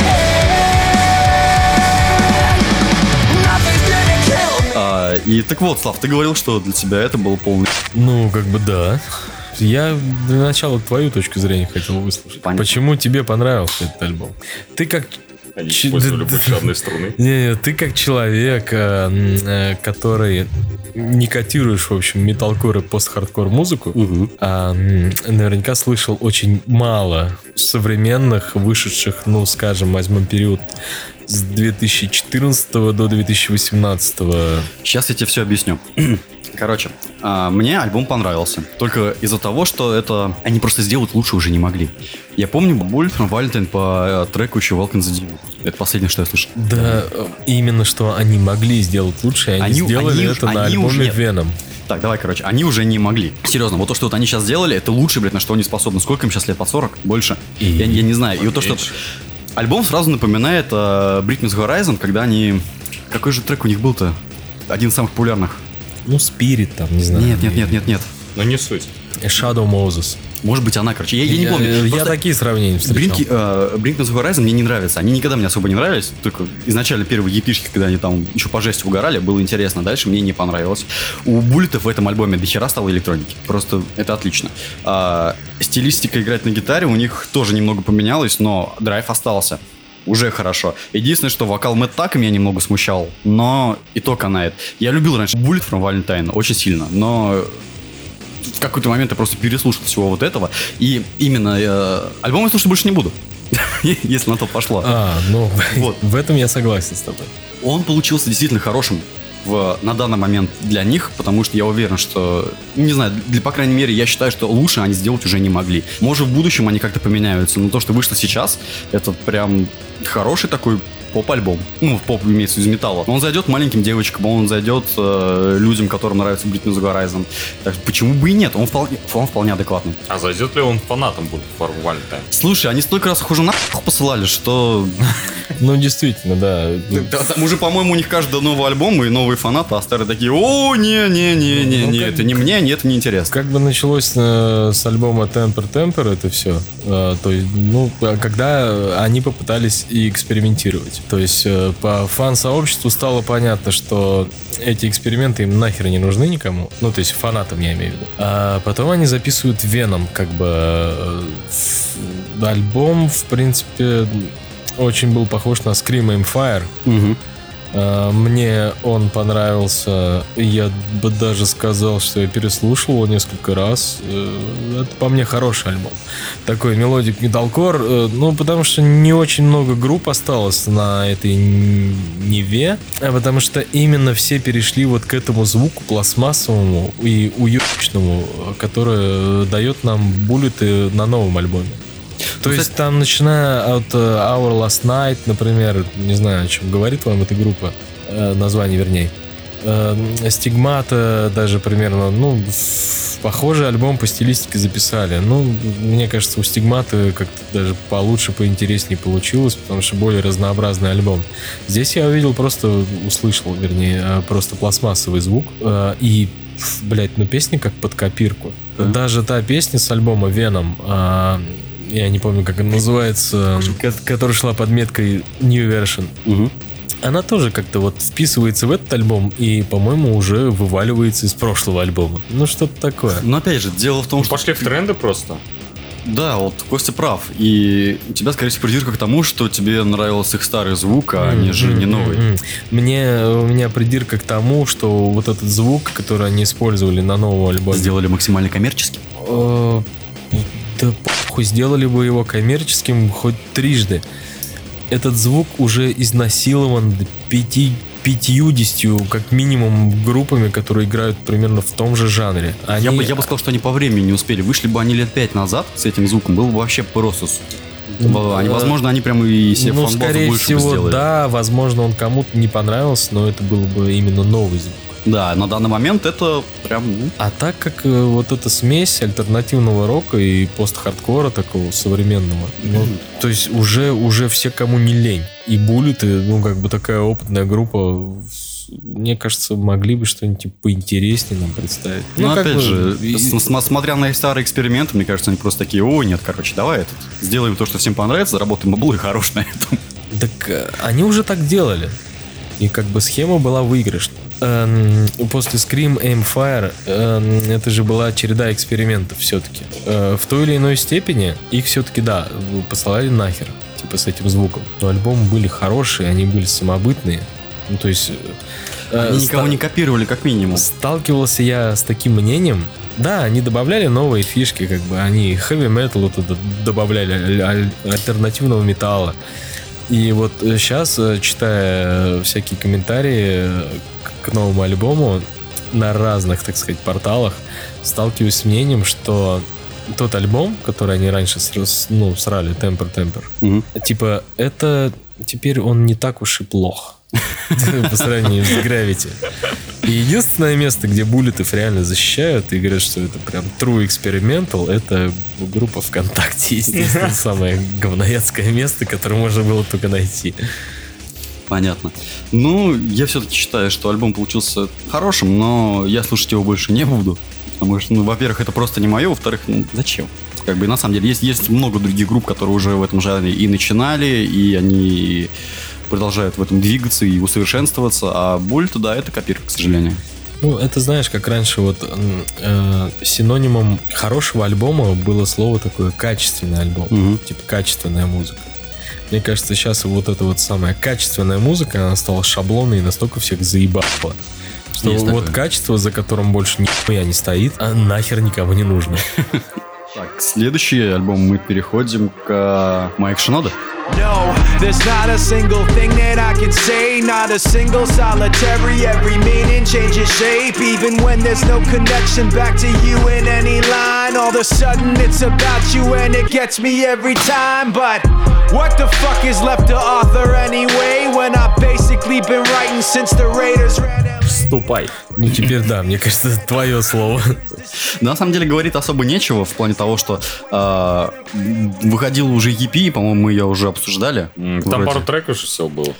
S4: in. Nothing's gonna kill me.
S1: А, И так вот, Слав, ты говорил, что для тебя это было полный...
S2: Ну, как бы да. Я для начала твою точку зрения хотел выслушать.
S1: Понятно.
S2: Почему тебе понравился этот альбом? Ты как...
S3: Они
S2: Ч-
S3: использовали
S2: да-
S3: больше одной струны.
S2: Не, не, ты как человек, э, м, э, который не котируешь, в общем, металкор и пост-хардкор музыку, а, м, наверняка слышал очень мало современных, вышедших, ну, скажем, возьмем период с 2014 до 2018.
S1: Сейчас я тебе все объясню. Короче, а, мне альбом понравился. Только из-за того, что это... Они просто сделать лучше уже не могли. Я помню Bullet from Valentine по э, треку еще Welcome to the Deep. Это последнее, что я слышал.
S2: Да, э, именно что они могли сделать лучше, и они,
S1: Они-
S2: сделали
S1: они уж-
S2: это на
S1: они уж
S2: альбоме
S1: нет.
S2: Веном.
S1: Так, давай, короче, они уже не могли. Серьезно, вот то, что вот они сейчас сделали, это лучше, блядь, на что они способны. Сколько им сейчас лет? По 40? Больше?
S2: И-
S1: Я, я не знаю. И вот то, что...
S3: Меньше.
S1: Альбом сразу напоминает э, Britney's Horizon, когда они... Какой же трек у них был-то? Один из самых популярных.
S2: Ну, Спирит там, не знаю.
S1: Нет, нет, нет, нет, нет.
S3: Но не суть.
S2: Shadow Moses.
S1: Может быть, она, короче. Я, я не помню.
S2: э, Я,
S1: Просто-
S2: такие сравнения встречал.
S1: Бринки, э, Brinkman's Horizon мне не нравится. Они никогда мне особо не нравились. Только изначально первые епишки, когда они там еще по жести угорали, было интересно. Дальше мне не понравилось. У Буллетов в этом альбоме до хера стало электроники. Просто это отлично. А, стилистика играть на гитаре у них тоже немного поменялась, но драйв остался. уже хорошо. Единственное, что вокал Мэтт так меня немного смущал, но и то канает. Я любил раньше Bullet from Valentine очень сильно, но в какой-то момент я просто переслушал всего вот этого, и именно э, альбом я слушать больше не буду. Если на то пошло.
S2: А, ну,
S1: Вот.
S2: в этом я согласен с тобой.
S1: Он получился действительно хорошим в, на данный момент для них, потому что я уверен, что, не знаю, для, по крайней мере, я считаю, что лучше они сделать уже не могли. Может, в будущем они как-то поменяются, но то, что вышло сейчас, это прям хороший такой поп-альбом. Ну, поп имеется в виду из металла. Он зайдет маленьким девочкам, он зайдет э, людям, которым нравится Бритни Horizon. Так что почему бы и нет? Он вполне, он вполне адекватный.
S3: А зайдет ли он фанатом будет формально
S1: Слушай, они столько раз их уже нахуй посылали, что...
S2: Ну, действительно, да.
S1: Да, там уже, по-моему, у них каждый новый альбом и новые фанаты, а старые такие, о, не-не-не-не,
S2: Ну,
S1: не,
S2: как-
S1: это не мне, не, это не интересно.
S2: Как бы началось э, с альбома Temper Temper это все. э, то есть, ну, э, когда они попытались и экспериментировать. То есть, э, по фан-сообществу стало понятно, что эти эксперименты им нахер не нужны никому. Ну, то есть, фанатам я имею в виду. А потом они записывают Веном, как бы... э, в- альбом, в принципе, очень был похож на Scream and Fire. Э, Мне он понравился. Я бы даже сказал, что я переслушал его несколько раз. Э, Это по мне хороший альбом. Такой мелодик металкор. э, Ну, потому что не очень много групп осталось на этой н- Неве. а Потому что именно все перешли вот к этому звуку пластмассовому и уютному, э, который э, дает нам буллеты на новом альбоме. То
S1: Ну,
S2: есть там, начиная от э, Our Last Night, например, не знаю, о чем говорит вам эта группа, э, название вернее, э, Стигмата даже примерно, ну, ф- похожий альбом по стилистике записали. Ну, мне кажется, у Стигмата как-то даже получше, поинтереснее получилось, потому что более разнообразный альбом. Здесь я увидел просто, услышал, вернее, э, просто пластмассовый звук. э, И, ф, блядь, ну песня как под копирку.
S1: Да.
S2: Даже та песня с альбома Веном, э, я не помню, как она называется, э, ко- которая шла под меткой New Version,
S1: Мгм.
S2: она тоже как-то вот вписывается в этот альбом и, по-моему, уже вываливается из прошлого альбома. Ну, что-то такое.
S1: Но опять же, дело в
S2: Ну,
S1: том, что...
S3: Ну, Пошли в тренды просто.
S1: Да, вот Костя прав. И тебя, скорее всего, придирка к тому, что тебе нравился их старый звук, а не же не
S2: М,
S1: новый.
S2: м, м. Мне, у меня придирка к тому, что вот этот звук, который они использовали на новом альбоме,
S1: Сделали максимально коммерчески.
S2: Э, Да похуй, сделали бы его коммерческим хоть трижды. Этот звук уже изнасилован пяти, 50 как минимум группами, которые играют примерно в том же жанре. Они,
S1: Я, бы, я бы сказал, что они по времени не успели. Вышли бы они лет пять назад с этим звуком, было бы вообще просто... с-
S2: Ну,
S1: Они,
S2: э,
S1: Возможно, они прямо и себе
S2: ну,
S1: фан-базу
S2: скорее
S1: больше бы
S2: всего,
S1: сделали.
S2: да, возможно, он кому-то не понравился, но это был бы именно новый звук.
S1: Да, на данный момент это прям ну,
S2: А так как э, вот эта смесь альтернативного рока и пост-хардкора такого современного, ну, то есть уже, уже все, кому не лень. И Буллеты, ну, как бы такая опытная группа, с- мне кажется, могли бы что-нибудь типа, поинтереснее нам представить.
S1: Ну,
S2: как
S1: опять
S2: бы,
S1: же,
S2: и-
S1: с- см- смотря на их старые эксперименты, мне кажется, они просто такие, о, нет, короче, давай этот, сделаем то, что всем понравится, заработаем бабло и хорош на этом.
S2: Так э, они уже так делали. И как бы схема была выигрышна. Эм, после Scream Aim Fire эм, это же была череда экспериментов все-таки. в той или иной степени их все-таки, да, в- посылали нахер. Типа с этим звуком. Но альбомы были хорошие, они были самобытные. Ну, то есть... э, э,
S1: Они никого
S2: ста-
S1: не копировали, как минимум.
S2: Сталкивался я с таким мнением. Да, они добавляли новые фишки, как бы они heavy metal вот это добавляли, аль- аль- альтернативного металла. И вот сейчас, читая э, всякие комментарии э, к- к новому альбому на разных, так сказать, порталах, сталкиваюсь с мнением, что тот альбом, который они раньше сра- с- ну, срали, Темпер Темпер,
S1: Мгм.
S2: типа, это теперь он не так уж и плох по сравнению с Gravity. И единственное место, где буллетов реально защищают и говорят, что это прям true experimental, это группа ВКонтакте, естественно, самое говноедское место, которое можно было только найти.
S1: Понятно. Ну, я все-таки считаю, что альбом получился хорошим, но я слушать его больше не буду. Потому что, ну, во-первых, это просто не мое, во-вторых, ну, зачем? Как бы, на самом деле, есть, есть много других групп, которые уже в этом жанре и начинали, и они продолжают в этом двигаться и усовершенствоваться, а боль туда это копирка, к сожалению.
S2: Ну, это знаешь, как раньше вот м, э, синонимом хорошего альбома было слово такое качественный альбом,
S1: Мгм.
S2: типа качественная музыка. Мне кажется, сейчас вот эта вот самая качественная музыка, она стала шаблонной и настолько всех заебала. Что
S1: Есть
S2: вот
S1: такое.
S2: качество, за которым больше нихуя не стоит, а нахер никому не нужно.
S1: Так, следующий альбом мы переходим к э, Майк Шинода.
S5: No, there's not a single thing that I can say. Not a single solitary. Every meaning changes shape. Even when there's no connection back to you in any line. All of a sudden it's about you and it gets me every time. But what the fuck is left to author anyway? When I've basically been writing since the Raiders ran LA.
S3: Ступай.
S2: Ну теперь да, мне кажется, это твое слово.
S1: На самом деле говорит особо нечего в плане того, что э, выходил уже EP, по-моему, мы ее уже обсуждали.
S3: Там
S1: Вроде.
S3: пару треков же все было.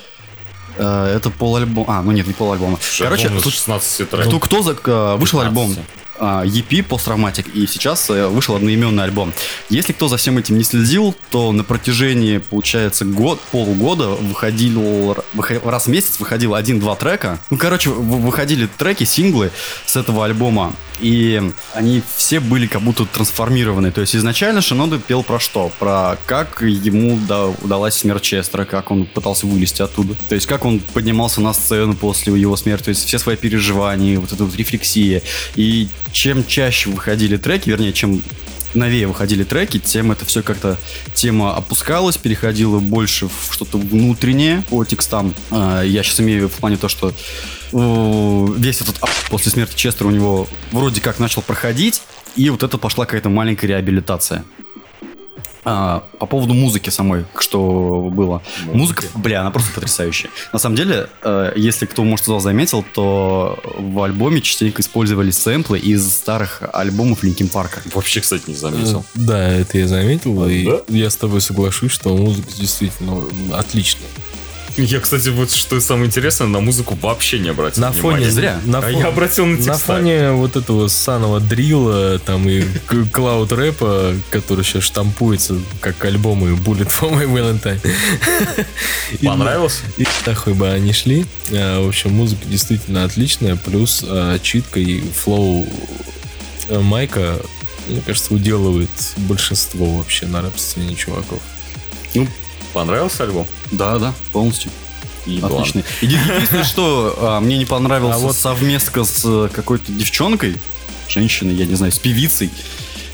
S1: Э, это полальбома. А, ну нет, не полальбома. Короче,
S3: Короче,
S1: тут-
S3: 16
S1: кто,
S3: треков.
S1: кто за- э, вышел
S3: 15.
S1: альбом а, EP Posttraumatic, и сейчас э, вышел одноименный альбом. Если кто за всем этим не следил, то на протяжении, получается, год, полгода выходил, р- выхо- раз в месяц выходил один-два трека. Ну, короче, в- выходили треки, синглы с этого альбома, и они все были как будто трансформированы. То есть изначально Шинода пел про что? Про как ему да- удалась смерть Честера, как он пытался вылезти оттуда. То есть как он поднимался на сцену после его смерти, то есть все свои переживания, вот эта вот рефлексия. И чем чаще выходили треки, вернее, чем новее выходили треки, тем это все как-то тема опускалась, переходила больше в что-то внутреннее по текстам. А, Я сейчас имею в плане то, что э, весь этот ап после смерти Честера у него вроде как начал проходить, и вот это пошла какая-то маленькая реабилитация. А, по поводу музыки самой, что было. Музыка, бля, она просто потрясающая. На самом деле, э, если кто, может, зал заметил, то в альбоме частенько использовались сэмплы из старых альбомов Линкин Парка.
S3: Вообще, кстати, не заметил.
S2: Да, это я заметил, и
S3: да?
S2: я с тобой соглашусь, что музыка действительно отличная.
S3: Я, кстати, вот что самое интересное, на музыку вообще не обратил
S2: На фоне
S3: внимания.
S1: зря.
S2: На
S3: А
S2: фоне,
S3: я обратил на
S2: на
S3: текста.
S2: фоне вот этого саного дрила там и к- клауд рэпа, который сейчас штампуется как альбомы Bullet for my Valentine. И
S3: Понравилось?
S2: И нахуй бы они шли. А, В общем, музыка действительно отличная, плюс а, читка и флоу э, Майка, мне кажется, уделывает большинство вообще на рэп-сцене чуваков.
S3: Понравился альбом?
S1: Да, да, полностью.
S3: Еблан.
S1: Отлично. Еди- Единственное, что а, мне не понравилось
S2: А вот-
S1: совместка с э, какой-то девчонкой, женщиной, я не знаю, с певицей.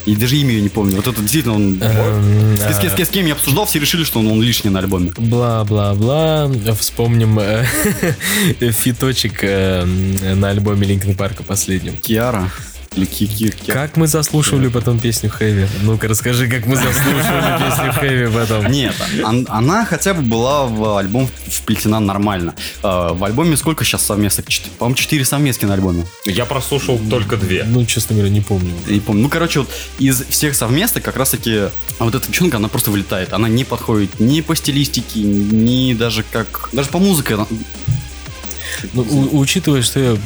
S1: И даже имя ее не помню. Вот это действительно он...
S2: Эм, э,
S1: С, с- с- с кем я обсуждал, все решили, что он, он лишний на альбоме.
S2: Бла-бла-бла. Вспомним э, фиточек э, на альбоме Линкен Парка последнем.
S1: Киара. Или Ки- Ки- Ки-
S2: Как мы заслушивали потом песню Хэви? Ну-ка, расскажи, как мы заслушивали песню Хэви потом.
S1: Нет, он- она хотя бы была в альбом вплетена нормально. Э, В альбоме сколько сейчас совместок? Чет- По-моему, 4 совместки на альбоме.
S3: Я прослушал только две.
S2: Ну, честно говоря, не помню.
S1: Я не помню. Ну, короче, вот из всех совместок как раз-таки а вот эта девчонка, она просто вылетает. Она не подходит ни по стилистике, ни даже как... Даже по музыке она...
S2: Ну, у- учитывая, что я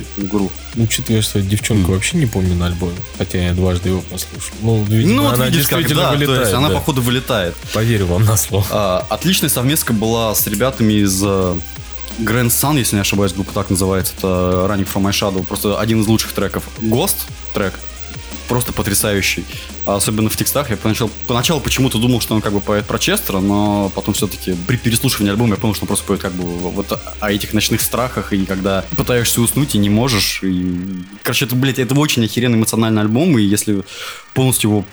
S1: Гуру.
S2: Учитывая, что девчонку вообще не помню на альбоме, хотя я дважды его послушал. Ну, видимо,
S1: Ну, вот
S2: она
S1: видишь, как,
S2: действительно
S1: да,
S2: вылетает.
S1: то есть она,
S2: да.
S1: походу, вылетает.
S2: Поверю вам на слово.
S1: А, отличная совместка была с ребятами из э, Grand Sun, если не ошибаюсь, группа так называется. Это Running From My Shadow. Просто один из лучших треков. Ghost трек просто потрясающий. А Особенно в текстах. Я поначалу, поначалу почему-то думал, что он как бы поет про Честера, но потом все-таки при переслушивании альбома я понял, что он просто поет как бы вот о- о этих ночных страхах, и когда пытаешься уснуть и не можешь. И... Короче, это, блядь, это очень охеренный эмоциональный альбом, и если полностью его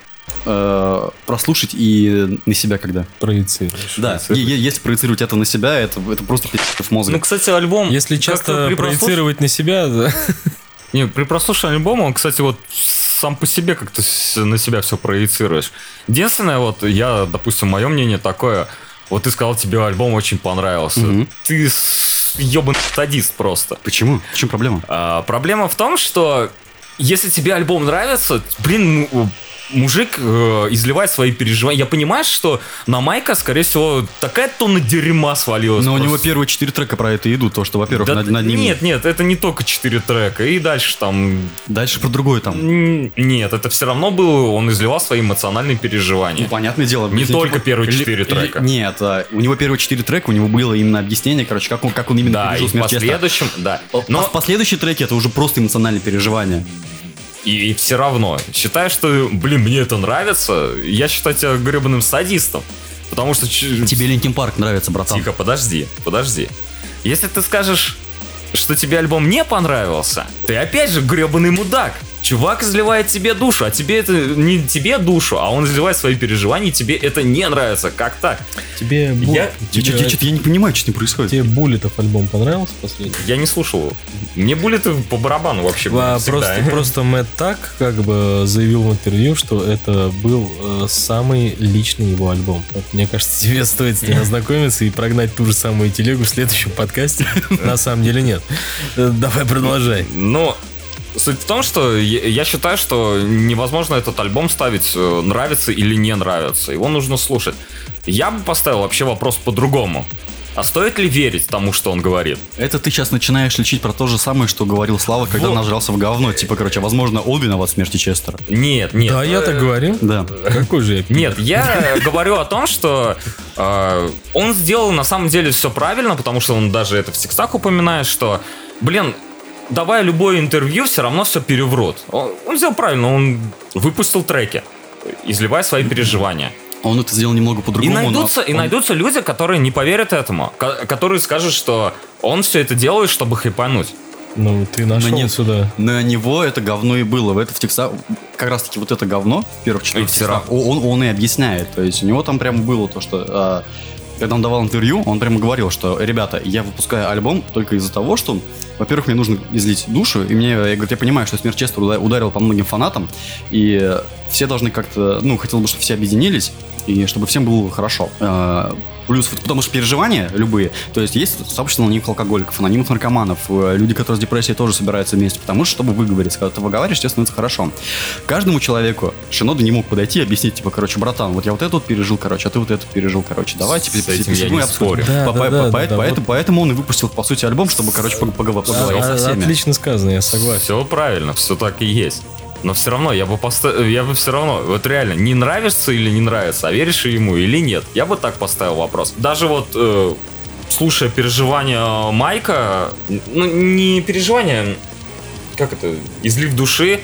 S1: э, прослушать и на себя когда.
S2: Проецируешь.
S1: Да, е- е- если проецировать это на себя, это, это просто пи***ев мозга.
S3: Ну, кстати, альбом...
S2: Если часто проецировать на себя, да.
S3: Не, при прослушивании альбома, он, кстати, вот сам по себе как-то с- на себя все проецируешь. Единственное, вот я, допустим, мое мнение такое, вот ты сказал, тебе альбом очень понравился.
S1: Мгм.
S3: Ты с- ебаный садист просто.
S1: Почему? В чем проблема?
S3: А, проблема в том, что если тебе альбом нравится, блин, м- мужик э, изливает свои переживания. Я понимаю, что на Майка, скорее всего, такая тонна дерьма свалилась.
S1: Но у него
S3: просто.
S1: первые четыре трека про это идут, то, что, во-первых,
S3: Да
S1: над, над ним...
S3: Нет, нет, это не только четыре трека. И дальше там
S1: Дальше про другое там.
S3: М, Нет, это все равно было, он изливал свои эмоциональные
S1: Ну,
S3: переживания.
S1: понятное дело.
S3: Не
S1: блин,
S3: только первые
S1: ли-
S3: четыре
S1: ли-
S3: трека.
S1: Нет, а, у него первые четыре трека, у него было именно объяснение, короче, как он, как он именно
S3: Да, и
S1: пережил
S3: в
S1: смерть Честера.
S3: последующем, да.
S1: Но...
S3: Но
S1: в последующие треки это уже просто эмоциональные переживания.
S3: и, все равно, считаю, что, блин, мне это нравится, я считаю тебя гребаным садистом. Потому что... ч-
S1: Тебе Линкин Парк нравится, братан.
S3: Тихо, подожди, подожди. Если ты скажешь, что тебе альбом не понравился, ты опять же гребаный мудак. Чувак изливает тебе душу, а тебе это не тебе душу, а он изливает свои переживания, и тебе это не нравится. Как так?
S2: Тебе бу-
S3: Я-
S1: Я, чё- я
S2: тебе,
S1: чё-то я не понимаю, что с ним происходит.
S2: тебе Буллетов альбом понравился последний?
S3: Я не слушал его. Мне буллеты по барабану вообще были
S2: А,
S3: всегда.
S2: просто, просто Мэтт так как бы заявил в интервью, что это был э, самый личный его альбом. Вот, мне кажется, тебе стоит с ним ознакомиться и прогнать ту же самую телегу в следующем подкасте. На самом деле нет. Э, Давай продолжай.
S3: Но суть в том, что я, я считаю, что невозможно этот альбом ставить, э, нравится или не нравится. Его нужно слушать. Я бы поставил вообще вопрос по-другому. А стоит ли верить тому, что он говорит?
S1: Это ты сейчас начинаешь лечить про то же самое, что говорил Слава, когда
S3: Вот.
S1: нажрался в говно. Типа, короче, возможно, Олби виноват в смерти Честера.
S3: Нет, нет.
S2: Да, я
S3: э,
S2: так говорил.
S1: Да.
S2: Какой же я пи***?
S3: Нет, я говорю о том, что э, он сделал на самом деле все правильно, потому что он даже это в текстах упоминает, что, блин, давая любое интервью, все равно все переврут. Он, он сделал правильно, он выпустил треки, изливая свои переживания.
S1: А Он это сделал немного
S3: И
S1: по-другому. но
S3: найдутся, и
S1: он-
S3: найдутся люди, которые не поверят этому, ко- которые скажут, что он все это делает, чтобы хайпануть.
S2: Ну, ты
S1: Но
S2: нашел
S1: нет,
S2: сюда.
S1: На него это говно и было. В это в текстах как раз таки вот это говно в первых четырех
S3: И всё
S1: текстах, о- он, он и объясняет. То есть у него там прямо было то, что а, когда он давал интервью, он прямо говорил, что ребята, я выпускаю альбом только из-за того, что, во-первых, мне нужно излить душу, и мне, я, говорю, я понимаю, что смерть Честера уда- ударил по многим фанатам, и э, все должны как-то, ну, хотел бы, чтобы все объединились, и чтобы всем было хорошо. А, Плюс, вот потому что переживания любые, то есть есть сообщество анонимных алкоголиков, анонимных наркоманов, э, люди, которые с депрессией тоже собираются вместе, потому что, чтобы выговориться, когда ты выговариваешь, тебе становится хорошо. Каждому человеку Шинода не мог подойти и объяснить, типа, короче, братан, вот я вот это вот пережил, короче, а ты вот это пережил, короче, давай, типа,
S3: С этим
S1: типа,
S3: я
S1: ну,
S3: не
S1: обсудим».
S3: спорю.
S2: Да,
S1: По-
S2: да,
S1: по- по-
S2: да, да, да,
S1: поэт-
S2: вот.
S1: Поэтому он и выпустил, по сути, альбом, чтобы, короче, пог- погов- поговорил
S2: А,
S1: со
S2: а,
S1: всеми.
S2: Отлично сказано, я согласен.
S3: Все правильно, все так и есть. Но все равно я бы поставил, я бы все равно, вот реально, не нравится или не нравится, а веришь ли ему или нет, я бы так поставил вопрос. Даже вот э, слушая переживания Майка, ну не переживания, как это, излив души,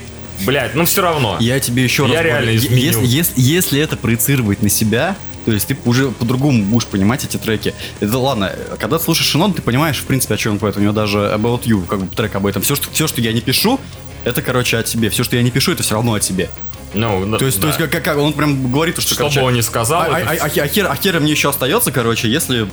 S3: блядь, ну все равно.
S1: Я тебе еще
S3: Я
S1: раз говорю,
S3: реально
S1: е-
S3: изменю.
S1: если, если- если это проецировать на себя, то есть ты уже по-другому будешь понимать эти треки. Это ладно, когда ты слушаешь Шинон, ты понимаешь, в принципе, о чем он поет. У него даже About You, как бы трек об этом. Все, что, все, что я не пишу, это, короче, о тебе. Все, что я не пишу, это все равно о тебе.
S3: Ну, да,
S1: То есть, то есть
S3: да.
S1: как, как- он прям говорит, что,
S3: что
S1: короче,
S3: бы он ни сказал,
S1: а, а-
S3: это
S1: а- а хер- а хер- а хера мне еще остается, короче, если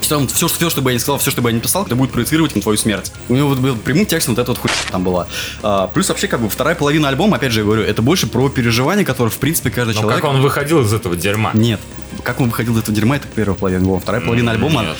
S1: все, все, что бы я не сказал, все, что бы я не писал, это будет проецировать на твою смерть. У него вот был прямым текстом вот эта вот хуйня там была. А, плюс вообще, как бы, вторая половина альбома, опять же, я говорю, это больше про переживания, которые, в принципе, каждый
S3: Но
S1: человек...
S3: Ну, как он выходил из этого дерьма?
S1: Нет. Как он выходил из этого дерьма, это первая половина альбома. Вторая половина альбома...
S3: Нет.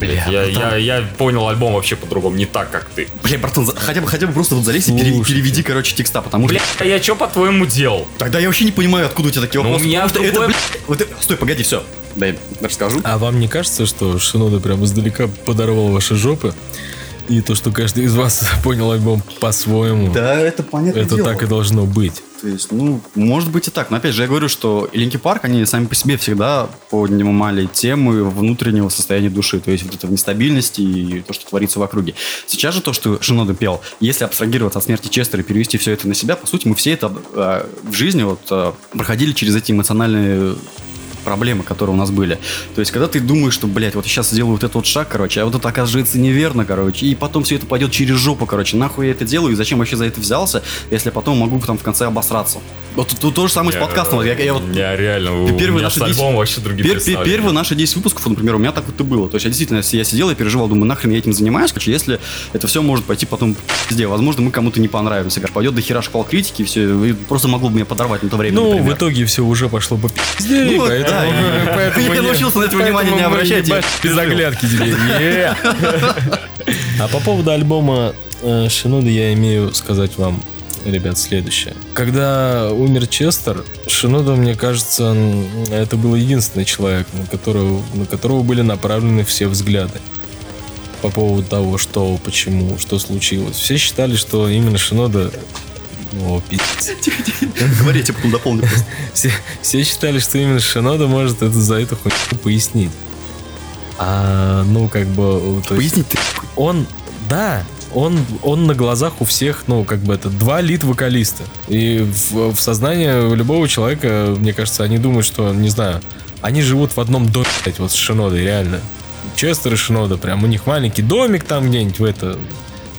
S1: Бля,
S3: я,
S1: ну там-
S3: я, я понял альбом вообще по-другому, не так, как ты.
S1: Бля, братан, за- хотя бы, хотя бы просто вот залезь и пере-
S2: Слушайте.
S1: переведи, короче, текста, потому
S3: Бля,
S1: что...
S3: а я что по-твоему делал?
S1: Тогда я вообще не понимаю, откуда у тебя такие
S3: Ну, у
S1: вопросы.
S3: меня
S1: потому что это,
S3: другое-
S1: бля, вот это- Стой, погоди, все. Дай расскажу.
S2: А вам не кажется, что Шинода прям издалека подорвал ваши жопы? И то, что каждый из вас понял альбом по-своему.
S1: Да, это понятно.
S2: Это так и должно быть.
S1: То есть, ну, может быть и так. Но опять же, я говорю, что Линки Парк, они сами по себе всегда поднимали темы внутреннего состояния души. То есть, вот это в нестабильности и то, что творится в округе. Сейчас же то, что Шинода пел, если абстрагироваться от смерти Честера и перевести все это на себя, по сути, мы все это э, в жизни вот э, проходили через эти эмоциональные проблемы, которые у нас были. То есть, когда ты думаешь, что, блядь, вот я сейчас сделаю вот этот вот шаг, короче, а вот это оказывается неверно, короче, и потом все это пойдет через жопу, короче, нахуй я это делаю, и зачем вообще за это взялся, если потом могу там в конце обосраться. Вот тут, тут то же самое с подкастом. Вот Я, я вот
S3: Э, Я реально,
S1: Пе-
S3: у
S1: первый
S3: меня
S1: наш
S3: с альбомом вообще другие
S1: пер- пер-
S3: представления.
S1: первые наши 10 выпусков, вот, например, у меня так вот и было. То есть, я действительно, я с- я сидел и переживал, думаю, нахрен я этим занимаюсь, короче, если это все может пойти потом везде. Возможно, мы кому-то не понравимся, короче, пойдет до хера шквал критики, и все, и просто могло бы меня подорвать на то время,
S2: Ну,
S1: например.
S2: в итоге все уже пошло по пизде,
S1: Ну
S2: и
S1: вот, да,
S2: поэтому...
S1: я-
S2: поэтому
S1: я
S2: не-
S1: научился на это
S2: поэтому
S1: внимание не
S2: мы
S1: обращать, я
S2: ебать Без
S1: пережил.
S2: оглядки тебе. Е. А по поводу альбома э, Шинода я имею сказать вам, ребят, следующее. Когда умер Честер, Шинода, мне кажется, м, это был единственный человек, на которого, на которого были направлены все взгляды по поводу того, что, почему, что случилось. Все считали, что именно Шинода... О, пиздец.
S1: Говори, я тебе потом дополню просто.
S2: Все, все считали, что именно Шинода может это за эту хуйню пояснить. А, ну, как бы... то есть
S1: Пояснить ты.
S2: Он, да, он, он на глазах у всех, ну, как бы это, два лид-вокалиста. И в, в сознании любого человека, мне кажется, они думают, что, не знаю, Они живут в одном доме, блядь, вот с Шинодой, реально. Честер и Шинода, прям у них маленький домик там где-нибудь в это...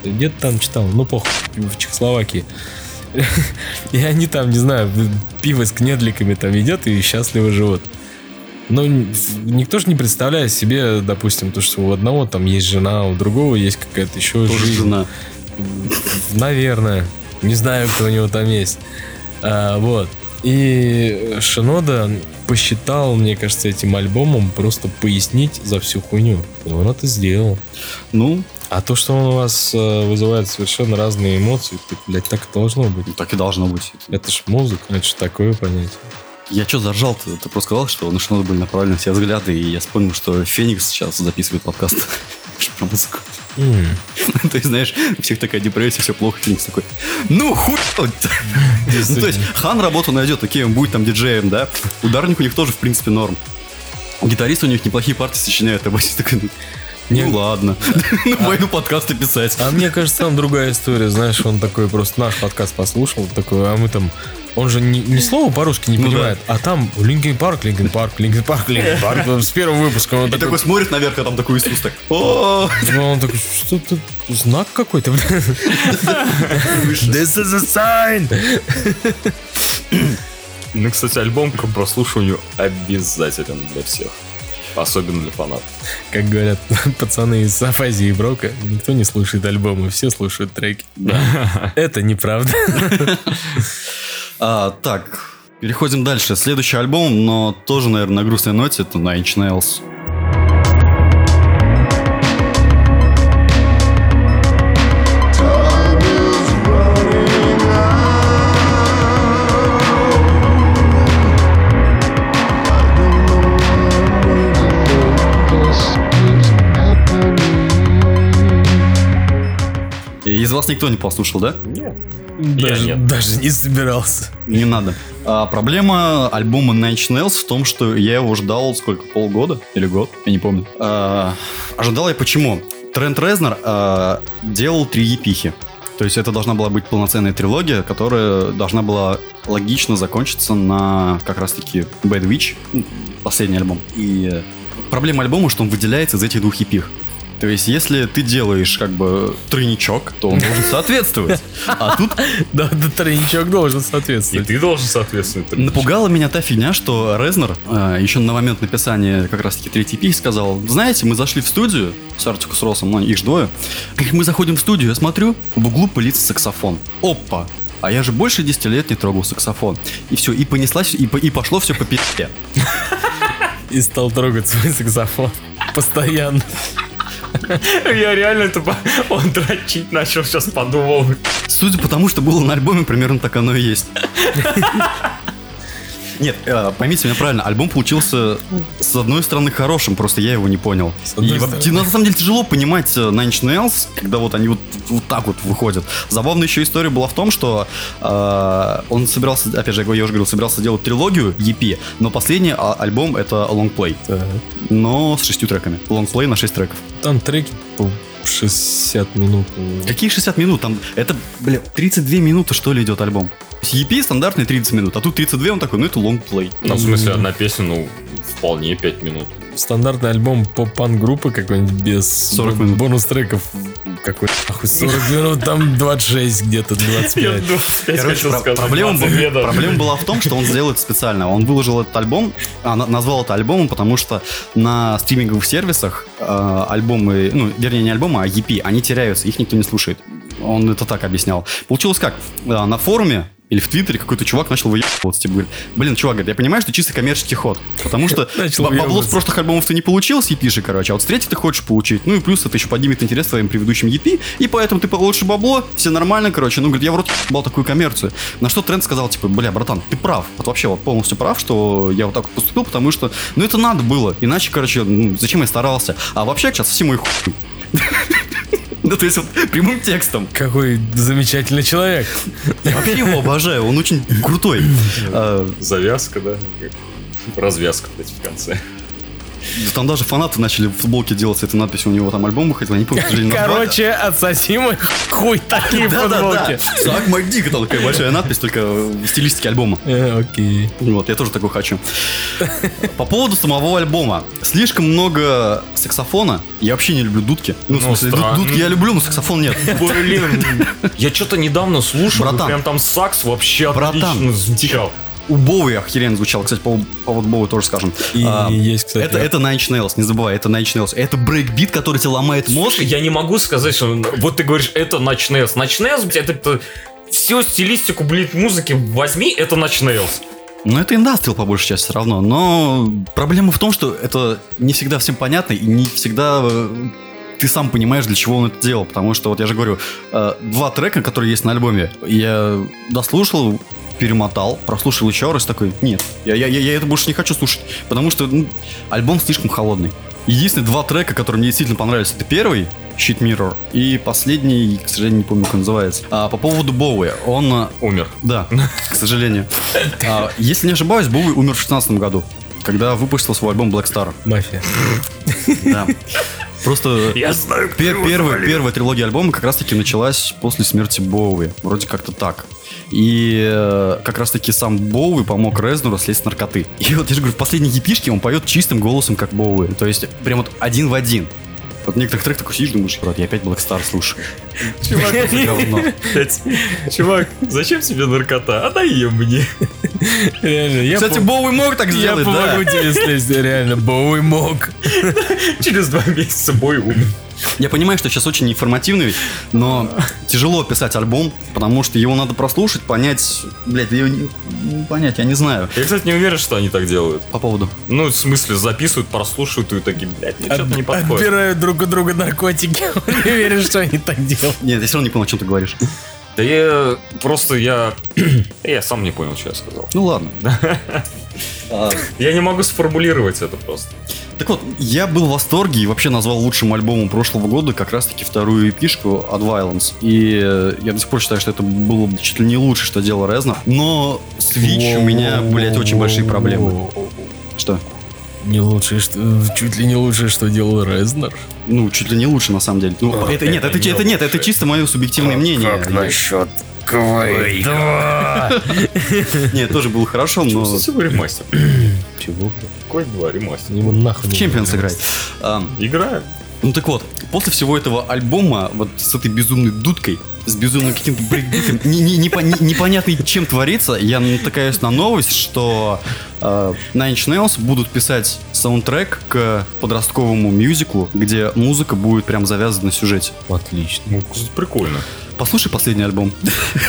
S2: Где-то там читал, ну похуй, в Чехословакии. И они там, не знаю, пиво с кнедликами там едят и счастливо живут. Но н- в- никто же не представляет себе, допустим, то, что у одного там есть жена, а у другого есть какая-то еще
S1: Тоже
S2: жизнь.
S1: жена.
S2: Наверное. Не знаю, кто у него там есть. А, вот. И Шинода посчитал, мне кажется, этим альбомом просто пояснить за всю хуйню. И он это сделал.
S1: Ну,
S2: А то, что он у вас э, вызывает совершенно разные эмоции, так, блядь, так и должно быть.
S1: так и должно быть.
S2: Это ж музыка, это ж такое понятие.
S1: Я что заржал-то? Ты просто сказал, что на Шинода были направлены все взгляды, и я вспомнил, что Феникс сейчас записывает подкаст про музыку.
S2: М.
S1: То есть, знаешь, у всех такая депрессия, все плохо, Феникс такой, ну хуй! Ну, то есть, Хан работу найдет, окей, он будет там диджеем, да? Ударник у них тоже, в принципе, норм. Гитаристы у них неплохие партии сочиняют, а басист такой, ну,
S2: Не-
S1: ну ладно, ну пойду подкасты писать.
S2: А мне кажется, там другая история, знаешь, он такой просто наш подкаст послушал, такой, а мы там... Он же ни, ни слова по-русски не
S1: Ну да.
S2: понимает, а там Линкен Парк, Линкен Парк, Линкен Парк, Линкен Парк. С первого выпуска
S1: И
S2: он
S1: такой
S2: такой, ну,
S1: смотрит наверх, а там такой Иисус так, о
S2: он такой, что тут знак какой-то, блин. This is a sign.
S3: Ну, кстати, альбом к прослушиванию обязателен для всех. Особенно для фанатов.
S2: Как говорят пацаны из Афазии и Брока, никто не слушает альбомы, все слушают треки. Это неправда.
S1: А, так, переходим дальше. Следующий альбом, но тоже, наверное, на грустной ноте, это Nine Inch Nails. И Из вас никто не послушал, да?
S2: Даже,
S3: нет.
S2: даже не собирался.
S1: Не надо. А, проблема альбома Nine Inch Nails в том, что я его ждал сколько, полгода или год, я не помню. А, ожидал я почему? Трент Резнер а, делал три епихи. То есть это должна была быть полноценная трилогия, которая должна была логично закончиться на как раз-таки Bad Witch, ну, последний альбом. И э, проблема альбома, что он выделяется из этих двух епих. То есть, если ты делаешь как бы тройничок, то он должен соответствовать. А тут
S2: Да, да, тройничок должен
S3: И
S2: соответствовать.
S3: ты должен соответствовать. этому.
S1: Напугала меня та фигня, что Резнер э, еще на момент написания как раз-таки третьей пик сказал, знаете, мы зашли в студию с Артику с Росом, ну, их ж двое. Как мы заходим в студию, я смотрю, в углу пылится саксофон. Опа! А я же больше 10 лет не трогал саксофон. И все, и понеслась, и, по- и пошло все по пи***е.
S2: И стал трогать свой саксофон. Постоянно.
S3: Я реально это... по- Он дрочить начал, сейчас подумал.
S1: Ну, Судя по тому, что было на альбоме, примерно так оно и есть. Нет, э, поймите меня правильно, альбом получился с одной стороны хорошим, просто я его не понял.
S2: одной
S1: И вообще,
S2: стороны.
S1: на самом деле тяжело понимать э, Nine Inch Nails, когда вот они вот, вот так вот выходят. Забавная еще история была в том, что э, он собирался, опять же, я уже говорил, собирался делать трилогию EP, но последний а, альбом это лонгплей, но с шестью треками. Лонгплей на шесть треков.
S2: Там треки по 60 минут.
S1: Какие 60 минут там? Это, бля, 32 минуты, что ли, идет альбом. То есть EP стандартный 30 минут, а тут 32, он такой, ну это лонгплей.
S3: Ну, в смысле, одна песня, ну, вполне 5 минут.
S2: Стандартный альбом поп-пан группы какой-нибудь без
S1: 40
S2: бон-
S1: минут.
S2: бонус-треков. Какой нахуй 40 минут, там 26 где-то, 25.
S3: 25
S1: Короче, про- проблема, бу- проблема была в том, что он сделал это специально. Он выложил этот альбом, а, на- назвал это альбомом, потому что на стриминговых сервисах э, альбомы, ну, вернее, не альбомы, а EP, они теряются, их никто не слушает. Он это так объяснял. Получилось как? Э, На форуме или в Твиттере какой-то чувак начал выебываться. Типа, говорит, блин, чувак, говорит, я понимаю, что чисто коммерческий ход. Потому что
S2: Начал
S1: б- бабло с
S2: выебываться.
S1: прошлых альбомов ты не получил с EP же, короче, а вот с третьей ты хочешь получить. Ну и плюс это еще поднимет интерес твоим предыдущим EP, и поэтому ты получишь бабло, все нормально, короче. Ну, говорит, я вроде ебал такую коммерцию. На что Тренд сказал, типа, бля, братан, ты прав. Вот вообще вот полностью прав, что я вот так вот поступил, потому что, ну, это надо было. Иначе, короче, ну, зачем я старался? А вообще, сейчас совсем мой хуй. Ну, то есть, вот, прямым текстом.
S2: Какой замечательный человек.
S1: Я вообще его обожаю, он очень крутой. А,
S3: Завязка, да? Развязка, кстати, в конце.
S1: Там даже фанаты начали футболки делать с этой надписью, у него там альбом выходил, я не помню, к
S3: ну
S1: сожалению, название.
S2: Короче, отсоси мой хуй такие
S1: Да-да-да.
S2: футболки.
S1: Сак Макдик, там такая большая надпись, только в стилистике альбома.
S2: Э, Окей.
S1: Вот, я тоже такой хочу. По поводу самого альбома. Слишком много саксофона. Я вообще не люблю дудки. Ну, в
S3: Ну,
S1: смысле, ду-
S3: странно.
S1: дудки я люблю, но саксофон нет.
S3: Блин, я что-то недавно слушал,
S1: Братан.
S3: прям там сакс вообще
S1: Братан,
S3: отлично звучал.
S1: У Боуи охеренно звучало. Кстати, по поводу Боуи тоже скажем.
S2: И
S1: А,
S2: есть, кстати,
S1: Это, это Nine Inch Nails, не забывай, это Nine Inch Nails. Это брейкбит, который тебе ломает мозг.
S3: Слушай, я не могу сказать, что вот ты говоришь, это Ночнейлс. Ночнейлс, блядь, это всю стилистику, блин, музыки возьми, это Ночнейлс.
S1: Ну, это индастриал, по большей части, все равно. Но проблема в том, что это не всегда всем понятно, и не всегда э, ты сам понимаешь, для чего он это делал. Потому что, вот я же говорю, э, два трека, которые есть на альбоме, я дослушал, перемотал, прослушал еще раз, такой, нет, я, я, я- я это больше не хочу слушать, потому что ну, альбом слишком холодный. Единственные два трека, которые мне действительно понравились, это первый, Shit Mirror, и последний, к сожалению, не помню, как он называется. А, по поводу Боуи, он э,
S3: Умер.
S1: да, к сожалению. А, если не ошибаюсь, Боуи умер в 16 году, когда выпустил свой альбом Black Star.
S2: мафия.
S1: Да. Просто
S3: Я знаю,
S1: пе- первая, первая трилогия альбома как раз-таки началась после смерти Боуи. Вроде как-то так. И э, как раз-таки сам Боуи помог Резнеру слезть с наркоты. И вот я же говорю, в последней епишке он поет чистым голосом, как Боуи. То есть прям вот один в один. Вот некоторых трек такой сидишь, думаешь, брат, я опять Black Star слушаю. Чувак, говно.
S3: Чувак, зачем тебе наркота? Отдай ее мне.
S2: Реально, я
S1: Кстати,
S2: пом-
S1: Боуи мог так
S2: я
S1: сделать, да?
S2: помогу тебе слезть, реально, Боуи мог.
S3: Через два месяца бой умер.
S1: Я понимаю, что сейчас очень информативный, но тяжело писать альбом, потому что его надо прослушать, понять, блядь, да я не- ну, понять, я не знаю.
S3: Я, кстати, не уверен, что они так делают.
S1: По поводу.
S3: Ну, в смысле, записывают, прослушивают и такие, блядь, мне что-то не
S2: От-
S3: подходит.
S2: Отбирают друг у друга наркотики. Не верю, что они так делают.
S1: Нет, я все равно не понял, о чем ты говоришь.
S3: Да я просто я... Я сам не понял, что я сказал.
S1: Ну ладно. А,
S3: Я не могу сформулировать это просто.
S1: Так вот, я был в восторге и вообще назвал лучшим альбомом прошлого года как раз-таки вторую эпишку Ad Violence. И э, я до сих пор считаю, что это было бы чуть ли не лучше, что делал Резнер. Но Switch у меня, блядь, очень большие проблемы. Что?
S2: Не лучшее, что... Чуть ли не лучшее, что делал Резнер.
S1: Ну, чуть ли не лучше, на самом деле. Ну, это, нет, это, это нет, это чисто мое субъективное мнение. Я-
S2: насчет Квейк?
S1: Нет, тоже было хорошо, но
S3: Просто всего ремастер.
S2: Чего?
S3: Какой два ремастер?
S2: Ему нахуй.
S1: в
S2: не
S1: Чемпионс
S2: надо.
S1: играет. Ам,
S3: Играю.
S1: А, Ну так вот, после всего этого альбома, вот с этой безумной дудкой, с безумным каким-то брейкбитом, не- не- не по- не- непонятно чем творится, я натыкаюсь на новость, что э, Nine Inch Nails будут писать саундтрек к подростковому мюзиклу, где музыка будет прям завязана на сюжете.
S2: Отлично.
S3: Ну, кстати, прикольно.
S1: Послушай последний альбом.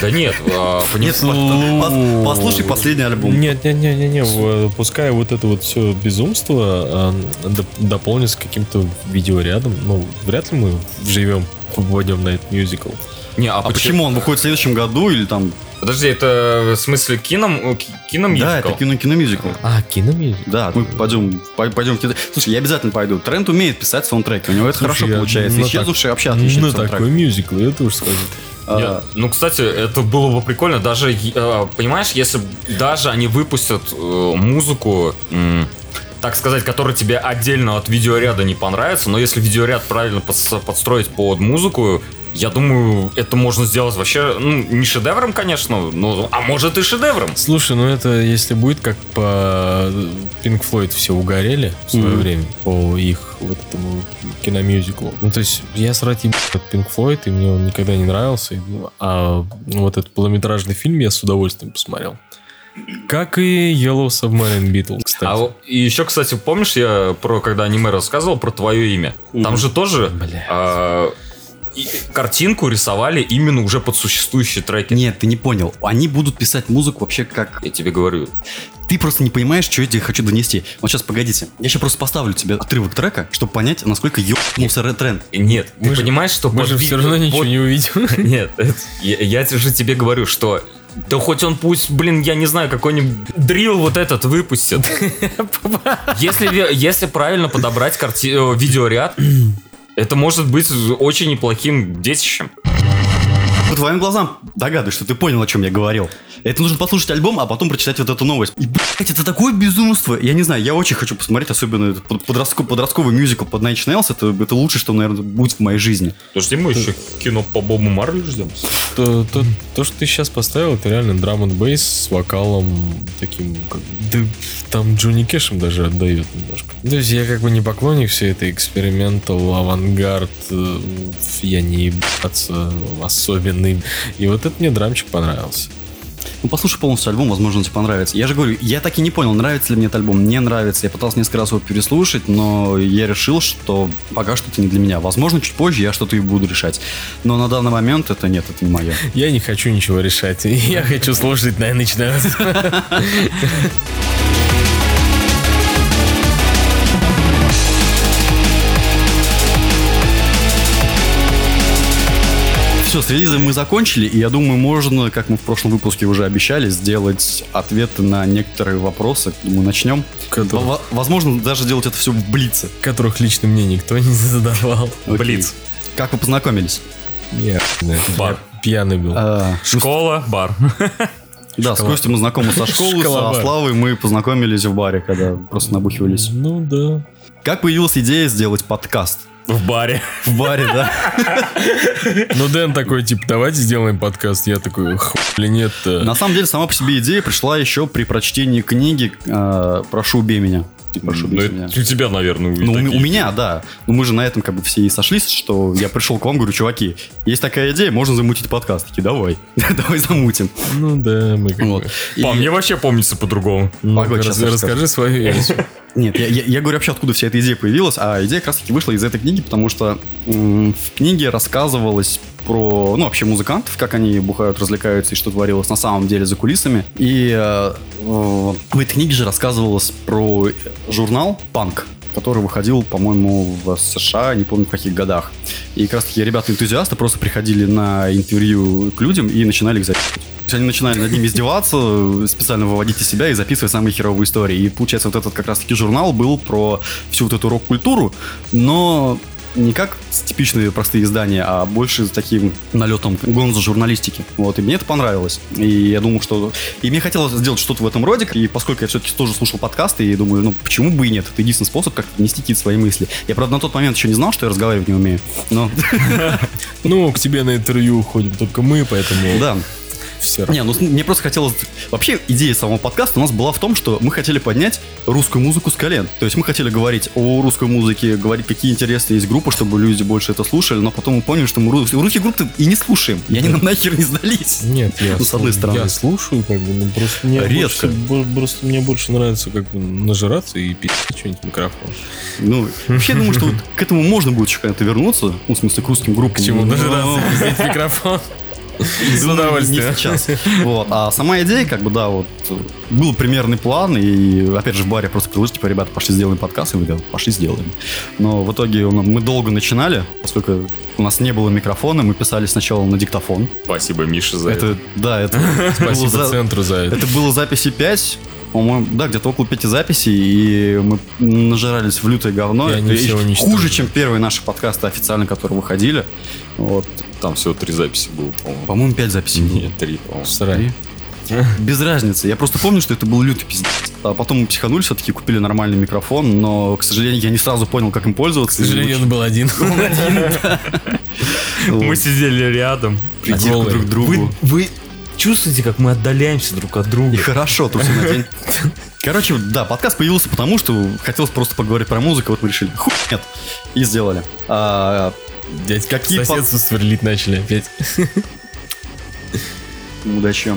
S3: Да нет, а, пони-
S1: Нет, ну, пос- послушай последний альбом.
S2: Нет, нет, нет, нет, нет, в- пускай вот это вот все безумство а, доп- дополнится каким-то видеорядом. Ну, вряд ли мы живем попадем на этот мюзикл.
S3: не, а
S1: А почему он выходит в следующем году или там...
S3: Подожди, это в смысле кином, э, кином
S1: Да, это кино киномюзикл.
S2: А, киномюзикл?
S1: Да, мы пойдем, пой- пойдем в кино. Слушай, я обязательно пойду. Тренд умеет писать саундтреки, у него это
S2: Слушай,
S1: хорошо
S2: я
S1: получается.
S2: на
S1: Исчезнувший вообще отличный
S2: На
S1: саундтрек.
S2: такой мюзикл, я тоже скажу.
S1: А,
S3: Ну, кстати, это было бы прикольно. Даже, э, понимаешь, если б даже они выпустят э, музыку, м, так сказать, которая тебе отдельно от видеоряда не понравится, но если видеоряд правильно подс- подстроить под музыку, я думаю, это можно сделать вообще, ну, не шедевром, конечно, но, а может и шедевром.
S2: Слушай, ну это если будет как по э, Pink Floyd все угорели в свое
S1: Мгм.
S2: время по их вот этому киномюзиклу. Ну то есть я срать еб- от Pink Floyd, и мне он никогда не нравился. и- А вот этот полнометражный фильм я с удовольствием посмотрел. Как и Yellow Submarine Beatles, кстати.
S3: А вот- и еще, кстати, помнишь, я про когда аниме рассказывал про твое имя? Там же тоже
S2: Бля.
S3: а, и- картинку рисовали именно уже под существующие треки.
S1: Нет, ты не понял. Они будут писать музыку вообще как...
S3: Я тебе говорю.
S1: Ты просто не понимаешь, что я тебе хочу донести. Вот сейчас погодите. Я сейчас просто поставлю тебе отрывок трека, чтобы понять, насколько ёбнулся Red тренд.
S3: Нет, ты
S2: же-
S3: понимаешь, что
S2: Мы
S3: под
S2: же
S3: ви-
S2: все равно
S3: под-
S2: ничего не увидим.
S3: Нет, это- я, я те же тебе говорю, что да хоть он пусть, блин, я не знаю, какой-нибудь дрил вот этот выпустит. Если, ве- если правильно подобрать карти... э, видеоряд, это может быть очень неплохим детищем.
S1: по твоим глазам догадываюсь, что ты понял, о чем я говорил. Это нужно послушать альбом, а потом прочитать вот эту новость. И, блядь, это такое безумство. Я не знаю, я очень хочу посмотреть, особенно этот под- подростко- подростковый мюзикл под Nine Inch Nails. Это, это лучшее, что, наверное, будет в моей жизни.
S3: Подожди, мы еще кино по Бобу Марли ждем.
S2: То, то- то, что ты сейчас поставил, это реально драм н бейс с вокалом таким, как- да там Джонни Кэшем даже отдает немножко. То есть я как бы не поклонник всей этой экспериментал, авангард, э, я не ебаться, особенный. И вот этот мне драмчик понравился.
S1: Ну, послушай полностью альбом, возможно, тебе понравится. Я же говорю, я так и не понял, нравится ли мне этот альбом. Не нравится. Я пытался несколько раз его переслушать, но я решил, что пока что это не для меня. Возможно, чуть позже я что-то и буду решать. Но на данный момент это нет, это не мое.
S2: Я не хочу ничего решать. Я хочу слушать на начинается.
S1: Все, с релизом мы закончили, и я думаю, можно, как мы в прошлом выпуске уже обещали, сделать ответы на некоторые вопросы. Мы начнем.
S2: Которые-
S1: Во- Возможно, даже делать это все в блице.
S2: Которых лично мне никто не задавал.
S1: Окей.
S3: Блиц.
S1: Как вы познакомились?
S2: Я
S3: Бар.
S2: пьяный был.
S1: А, ну,
S3: Школа, бар.
S1: да, с Костей мы знакомы со школы, со
S2: Школобар.
S1: Славой мы познакомились в баре, когда просто набухивались.
S2: Ну да.
S1: Как появилась идея сделать подкаст?
S3: В баре.
S1: В баре, да?
S2: Ну Дэн такой, типа, давайте сделаем подкаст. Я такой, хули нет э,
S1: На самом деле, сама по себе идея пришла еще при прочтении книги э, «Прошу, убей меня». «Прошу,
S3: Ну,
S1: убейте
S3: это у тебя, наверное,
S1: Ну, у,
S3: такие.
S1: ме- у меня, да. Но мы же на этом как бы все и сошлись, что я пришел к вам, говорю, чуваки, есть такая идея, можно замутить подкаст. Такие, давай, давай замутим.
S2: Ну да, мы как
S1: Вот.
S2: бы-
S1: И-
S3: По мне вообще помнится по-другому.
S2: Ну,
S1: Погодь,
S2: раз-
S1: щас расскажу.
S2: Расскажи свою версию.
S1: Нет, я, я- я говорю вообще, откуда вся эта идея появилась, а идея как раз таки вышла из этой книги, потому что м, в книге рассказывалось про, ну, вообще музыкантов, как они бухают, развлекаются и что творилось на самом деле за кулисами. И э, в в этой книге же рассказывалось про э, журнал «Панк», который выходил, по-моему, в США, не помню в каких годах. И как раз таки ребята-энтузиасты просто приходили на интервью к людям и начинали их записывать. То есть они начинали над ними издеваться, специально выводить из себя и записывать самые херовые истории. И получается, вот этот как раз-таки журнал был про всю вот эту рок-культуру, но не как типичные простые издания, а больше с таким налетом гонзо журналистики. Вот, и мне это понравилось. И я думал, что... И мне хотелось сделать что-то в этом роде, и поскольку я все-таки тоже слушал подкасты, и думаю, ну, почему бы и нет? Это единственный способ как-то нести какие-то свои мысли. Я, правда, на тот момент еще не знал, что я разговаривать не умею. Но,
S2: Ну, к тебе на интервью ходим только мы, поэтому
S1: да.
S2: все равно.
S1: Не, ну с- мне просто хотелось... Вообще идея самого подкаста у нас была в том, что мы хотели поднять русскую музыку с колен. То есть мы хотели говорить о русской музыке, говорить, какие интересные есть группы, чтобы люди больше это слушали, но потом мы поняли, что мы рус- русские группы и не слушаем, и они нам нахер не сдались.
S2: Нет, я,
S1: Ну, с одной
S2: слу-
S1: стороны.
S2: я слушаю, как бы, ну просто мне
S1: Редко.
S2: больше, бо- просто мне больше нравится как бы нажираться и пить что-нибудь в микрофон.
S1: Ну, вообще я думаю, что вот к этому можно будет еще когда-то вернуться, ну, в смысле, к русским группам.
S2: К чему
S1: Ну,
S2: нажираться и пиздеть в микрофон? С
S1: Думаю,
S2: удовольствием.
S1: Ну, Не сейчас. Вот. А сама идея, как бы, да, вот, э, был примерный план, и, опять же, в баре просто предложили, типа, ребята, пошли сделаем подкаст, и мы говорим, пошли сделаем. Но в итоге он- мы долго начинали, поскольку у нас не было микрофона, мы писали сначала на диктофон.
S3: Спасибо, Миша, за это.
S1: Это, да, это... было
S2: Э, Спасибо
S1: за-
S2: центру за это.
S1: это было записи 5, по-моему, да, где-то около пяти записей, и мы нажирались в лютое говно.
S2: И они
S1: Это
S2: все
S1: еще
S2: уничтожили.
S1: хуже, чем первые наши подкасты официально, которые выходили. Вот.
S3: Там всего три записи было, по-моему.
S1: По-моему, пять записей. было.
S3: Нет, три, по-моему.
S2: Срань.
S1: Без разницы. Я просто помню, что это был лютый пиздец. А потом мы психанули, все-таки купили нормальный микрофон, но, к сожалению, я не сразу понял, как им пользоваться.
S2: К сожалению, ну, он был один.
S3: Мы сидели рядом.
S1: прийти
S2: голые.
S1: друг к другу.
S3: Вы чувствуете, как мы отдаляемся друг от
S1: И
S3: друга?
S1: хорошо, тут всё на день. Короче, да, подкаст появился потому, что хотелось просто поговорить про музыку, вот мы решили, хуй нет, и сделали. А,
S2: Дядь,
S1: Какие
S2: какие
S1: по-
S2: соседство сверлить начали опять.
S1: удачи.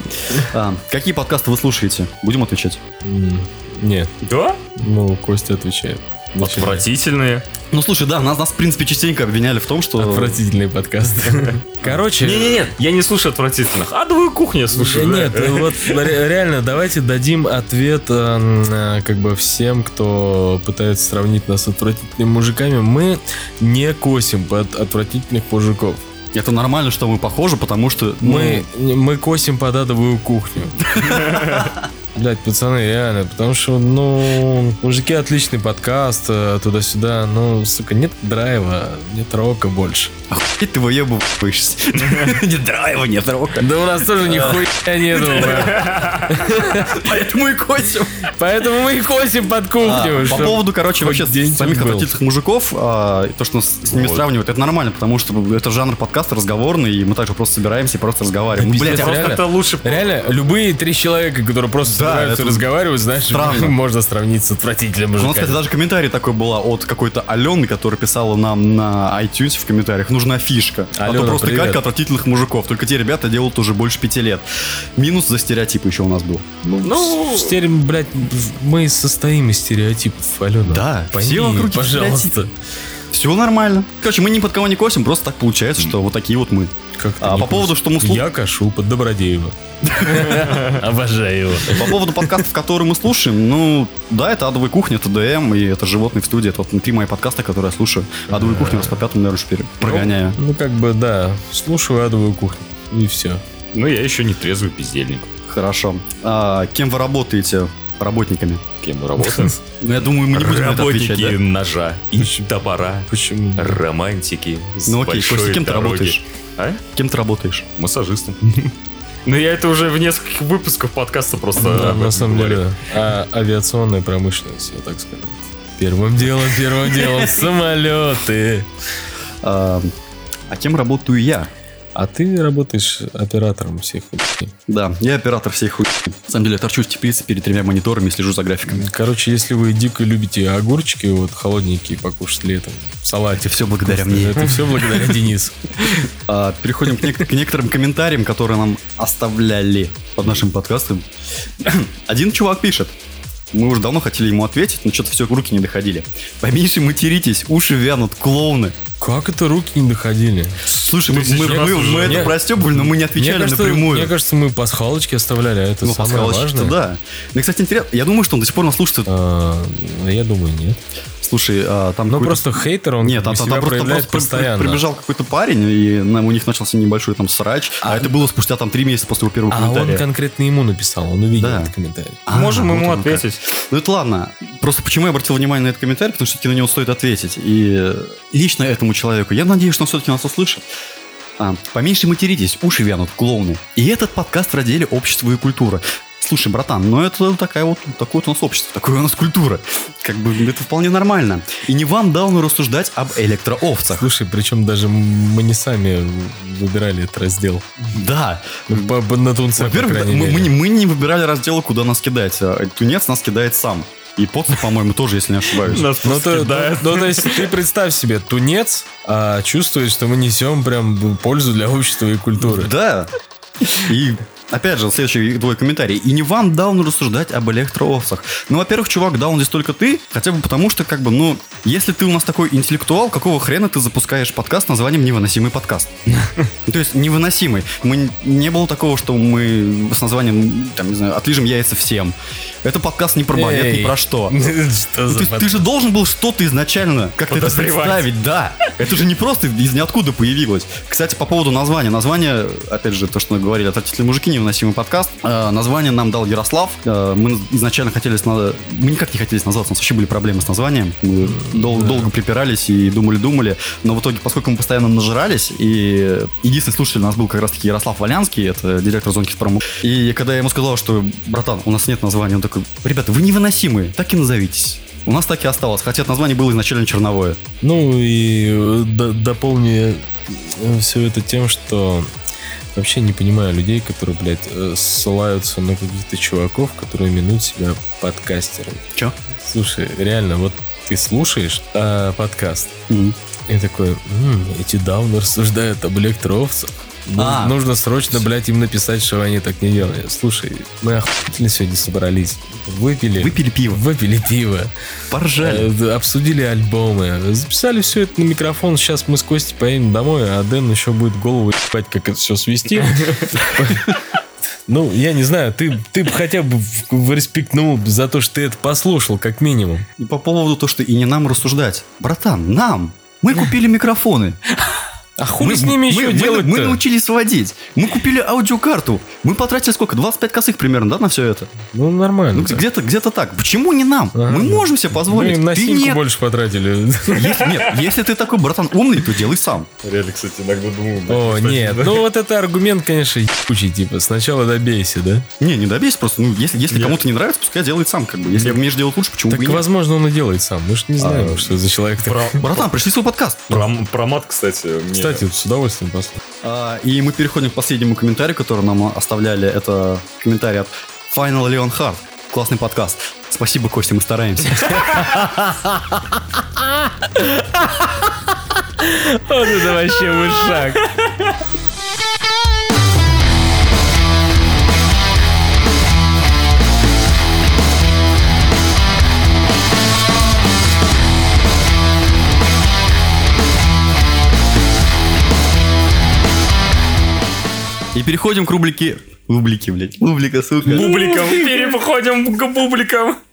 S1: А, какие подкасты вы слушаете? Будем отвечать.
S2: М, Нет,
S3: Да?
S2: ну Костя отвечает. Начинай.
S3: Отвратительные.
S1: Ну, слушай, да, нас, нас в принципе, частенько обвиняли в том, что...
S2: Отвратительный подкаст. Короче,
S3: Не-не-не, я не слушаю отвратительных. Адовую кухню я слушаю.
S2: Да
S3: да.
S2: Нет, э, вот ре- реально, давайте дадим ответ э, м, э, как бы всем, кто пытается сравнить нас с отвратительными мужиками. Мы не косим под отвратительных мужиков.
S1: Это нормально,
S2: Ну.
S1: что мы похожи, потому что... ну,
S2: Мы, не- мы косим под адовую кухню. Блять, пацаны, реально, потому что, ну, мужики отличный подкаст, э, туда-сюда, ну, сука, нет драйва, нет рока больше.
S1: Охуеть ты выебываешься. Нет драйва, нет рока.
S2: Да у нас тоже нихуя нету, бля.
S1: Поэтому и косим.
S2: Поэтому мы и косим под
S1: А,
S2: кухню.
S1: По
S2: чтоб
S1: поводу, короче,
S2: хоть
S1: вообще
S2: день
S1: самих
S2: был.
S1: отвратительных мужиков, а, и то, что нас с ними сравнивают, это нормально, потому что это жанр подкаста разговорный, и мы также просто собираемся и просто разговариваем. Ну, блядь, а
S2: пиздец,
S3: Просто
S2: реально?
S3: это лучше...
S2: Реально, любые три человека, которые просто
S1: Да,
S2: собираются
S1: это
S2: разговаривать, знаешь,
S1: странно.
S2: можно сравнить с
S1: У
S2: отвратителем мужика.
S1: нас, кстати, даже комментарий такой была от какой-то Алены, которая писала нам на iTunes в комментариях. Нужна фишка. а
S2: Алена,
S1: то просто
S2: привет.
S1: как отвратительных мужиков. Только те ребята делают уже больше пяти лет. Минус за стереотипы еще у нас был.
S2: Ну, теперь, блядь, мы состоим из стереотипов, Алена.
S1: Да,
S2: Пойми,
S1: все вокруг
S2: пожалуйста.
S1: Все нормально. Короче, мы ни под кого не косим, просто так получается, что вот такие вот мы.
S2: Как-то
S1: А
S2: не
S1: по поводу,
S2: хочется.
S1: что мы слу-
S2: Я кашу под Добродеева. Обожаю его.
S1: По поводу подкастов, которые мы слушаем, ну, да, это «Адовая кухня», это «ДМ», и это «Животные в студии». Это вот три мои подкаста, которые я слушаю. «Адовую кухню» раз по пятому, наверное, теперь прогоняю.
S2: Ну, как бы, да. Слушаю адовую кухню. И все.
S3: Ну, я еще не трезвый пиздельник.
S1: Хорошо. А, кем вы работаете? Работниками.
S3: Кем мы работаем?
S1: Ну, я думаю, мы не будем на это отвечать,
S3: Работники
S1: да?
S3: ножа и топора.
S2: Почему?
S3: Романтики с
S1: Ну, окей,
S3: большой
S1: Костя, кем ты
S3: дороги.
S1: работаешь?
S3: А?
S1: Кем ты работаешь?
S3: Массажистом. Ну, я это уже в нескольких выпусках подкаста просто
S2: Да,
S3: об
S2: на
S3: этом
S2: самом
S3: говорил.
S2: деле, да. А, авиационная промышленность, я так скажу. Первым делом, первым делом, самолеты.
S1: А, а кем работаю я?
S2: А ты работаешь оператором всех хуйни.
S1: Да, я оператор всей хуйни. На самом деле, я торчу в теплице перед тремя мониторами и слежу за графиком.
S2: Короче, если вы дико любите огурчики, вот холодненькие покушать летом, салатик.
S1: Все благодаря
S2: Просто
S1: мне.
S2: Это все благодаря Денису.
S1: А, переходим к, нек- к некоторым комментариям, которые нам оставляли под нашим подкастом. Один чувак пишет. Мы уже давно хотели ему ответить, но что-то все руки не доходили. Поменьше материтесь, уши вянут, клоуны.
S2: Как это руки не доходили?
S1: Слушай, мы,
S3: есть
S1: мы,
S3: еще раз
S1: мы-
S3: уже?
S1: мы это
S2: Мне-
S1: простебывали, но мы не отвечали
S2: мне, кажется,
S1: напрямую.
S2: мне кажется, мы пасхалочки оставляли, а это
S1: ну,
S2: самое
S1: пасхалочки-то
S2: важное.
S1: да. Мне, кстати, интересно, я думаю, что он до сих пор нас слушает.
S2: А, я думаю, нет.
S1: Слушай, а, там
S2: Ну,
S1: какой-то-
S2: просто хейтер, он
S1: Нет,
S2: как
S1: там,
S2: бы
S1: там
S2: себя
S1: просто,
S2: проявляет
S1: просто при-
S2: постоянно.
S1: прибежал какой-то парень, и нам, у них начался небольшой там срач. А, это было спустя там три месяца после его первого
S2: А
S1: комментария.
S2: он конкретно ему написал, он увидел
S1: Да.
S2: этот комментарий.
S1: А,
S3: Можем
S1: вот
S3: ему
S1: оно как.
S3: ответить.
S1: Ну это ладно. Просто почему я обратил внимание на этот комментарий, потому что таки на него стоит ответить. И лично этому человеку, я надеюсь, что он все-таки нас услышит. А, поменьше материтесь, уши вянут, клоуны. И этот подкаст в разделе «Общество и культура». Слушай, братан, ну это такая вот, такое вот у нас общество, такое у нас культура. Как бы это вполне нормально. И не вам давно рассуждать об электроовцах.
S2: Слушай, причем даже мы не сами выбирали этот раздел.
S1: Да,
S2: Ну, по- по- На тунца, по
S1: Во-первых,
S2: крайней
S1: мы, мы не,
S2: мере.
S1: мы не выбирали раздела, куда нас кидать. А Тунец нас кидает сам. И Потцев, по-моему, тоже, если не ошибаюсь.
S3: Нас
S2: Ну,
S3: просто
S2: то,
S3: кидают.
S2: ну, ну, то есть ты представь себе, тунец а, чувствует, что мы несем прям пользу для общества и культуры.
S1: Да. И опять же, следующий твой комментарий. И не вам даун рассуждать об электроовцах. Ну, во-первых, чувак, даун здесь только ты, хотя бы потому, что, как бы, ну, если ты у нас такой интеллектуал, какого хрена ты запускаешь подкаст с названием «Невыносимый подкаст»? Ну, То есть, невыносимый. Мы н- не было такого, что мы с названием, там, не знаю, «Отлижем яйца всем». Это подкаст не про балет,
S2: Эй.
S1: не про что.
S2: Что
S1: Ну,
S2: за
S1: то есть ты же должен был что-то изначально как-то это
S3: Подозревать.
S1: представить, да. Это же не просто из ниоткуда появилось. Кстати, по поводу названия. Название, опять же, то, что мы говорили, «Отвратительные мужики», «Невыносимый подкаст». Э, название нам дал Ярослав. Э, мы изначально хотели... с на- Мы никак не хотели назваться, у нас вообще были проблемы с названием. Мы дол- долго припирались и думали-думали. Но в итоге, поскольку мы постоянно нажирались, и единственный слушатель у нас был как раз-таки Ярослав Валянский, это директор зонки спрома. И когда я ему сказал, что, братан, у нас нет названия, он такой, ребята, вы невыносимые, так и назовитесь. У нас так и осталось, хотя название было изначально черновое.
S2: Ну и э, до- дополню все это тем, что вообще не понимаю людей, которые, блядь, э, ссылаются на каких-то чуваков, которые именуют себя подкастерами.
S1: Че?
S2: Слушай, реально, вот ты слушаешь а, подкаст и такой, «М, эти давно рассуждают об электроовцах. Ну,
S1: А.
S2: Нужно срочно, блядь, им написать, что они так не делали. Слушай, мы охуительно сегодня собрались. Выпили.
S1: Выпили пиво.
S2: Выпили пиво.
S1: Поржали.
S2: Э, да, Обсудили альбомы, записали все это на микрофон. Сейчас мы с Костей поедем домой, а Дэн еще будет голову ебать, как это все свести. Ну, я не знаю, ты, ты бы хотя бы в- в- респектнул за то, что ты это послушал, как минимум.
S1: И по поводу то, что и не нам рассуждать. Братан, нам! Мы купили микрофоны.
S2: А хуй с ними еще
S1: мы-
S2: делать
S1: мы научились водить. Мы купили аудиокарту. Мы потратили сколько? 25 косых примерно, да, на все это?
S2: Ну, нормально.
S1: Ну, где-то где так. Почему не нам?
S2: Ага.
S1: Мы можем себе
S2: Мы
S1: позволить.
S2: на
S1: ты
S2: синьку
S1: нет.
S2: больше потратили.
S1: Если- нет, если ты такой, братан, умный, то делай сам.
S3: Реально, кстати, иногда думаю...
S2: О, нет. Ну, вот это аргумент, конечно, ебучий, типа. Сначала добейся, да?
S1: Не, не добейся просто. Ну, если, если кому-то не нравится, пускай делает сам, как бы. Если умеешь делать лучше, почему
S2: Так,
S1: бы и нет?
S2: возможно, он и делает сам. Мы же не знаем, что за человек такой.
S1: А, ну, Братан, пришли свой подкаст.
S3: Про, про мат, кстати, мне...
S2: Кстати, вот с удовольствием послушаю.
S1: А, и мы переходим к последнему комментарию, который нам оставляли. Это комментарий от Final Leon Hard. Классный подкаст. Спасибо, Костя, мы стараемся.
S2: Вот это вообще вышаг.
S1: И переходим к рубрике... Рубрике, блядь. Рубрика, сука.
S3: Бубликом. Переходим к бубликам.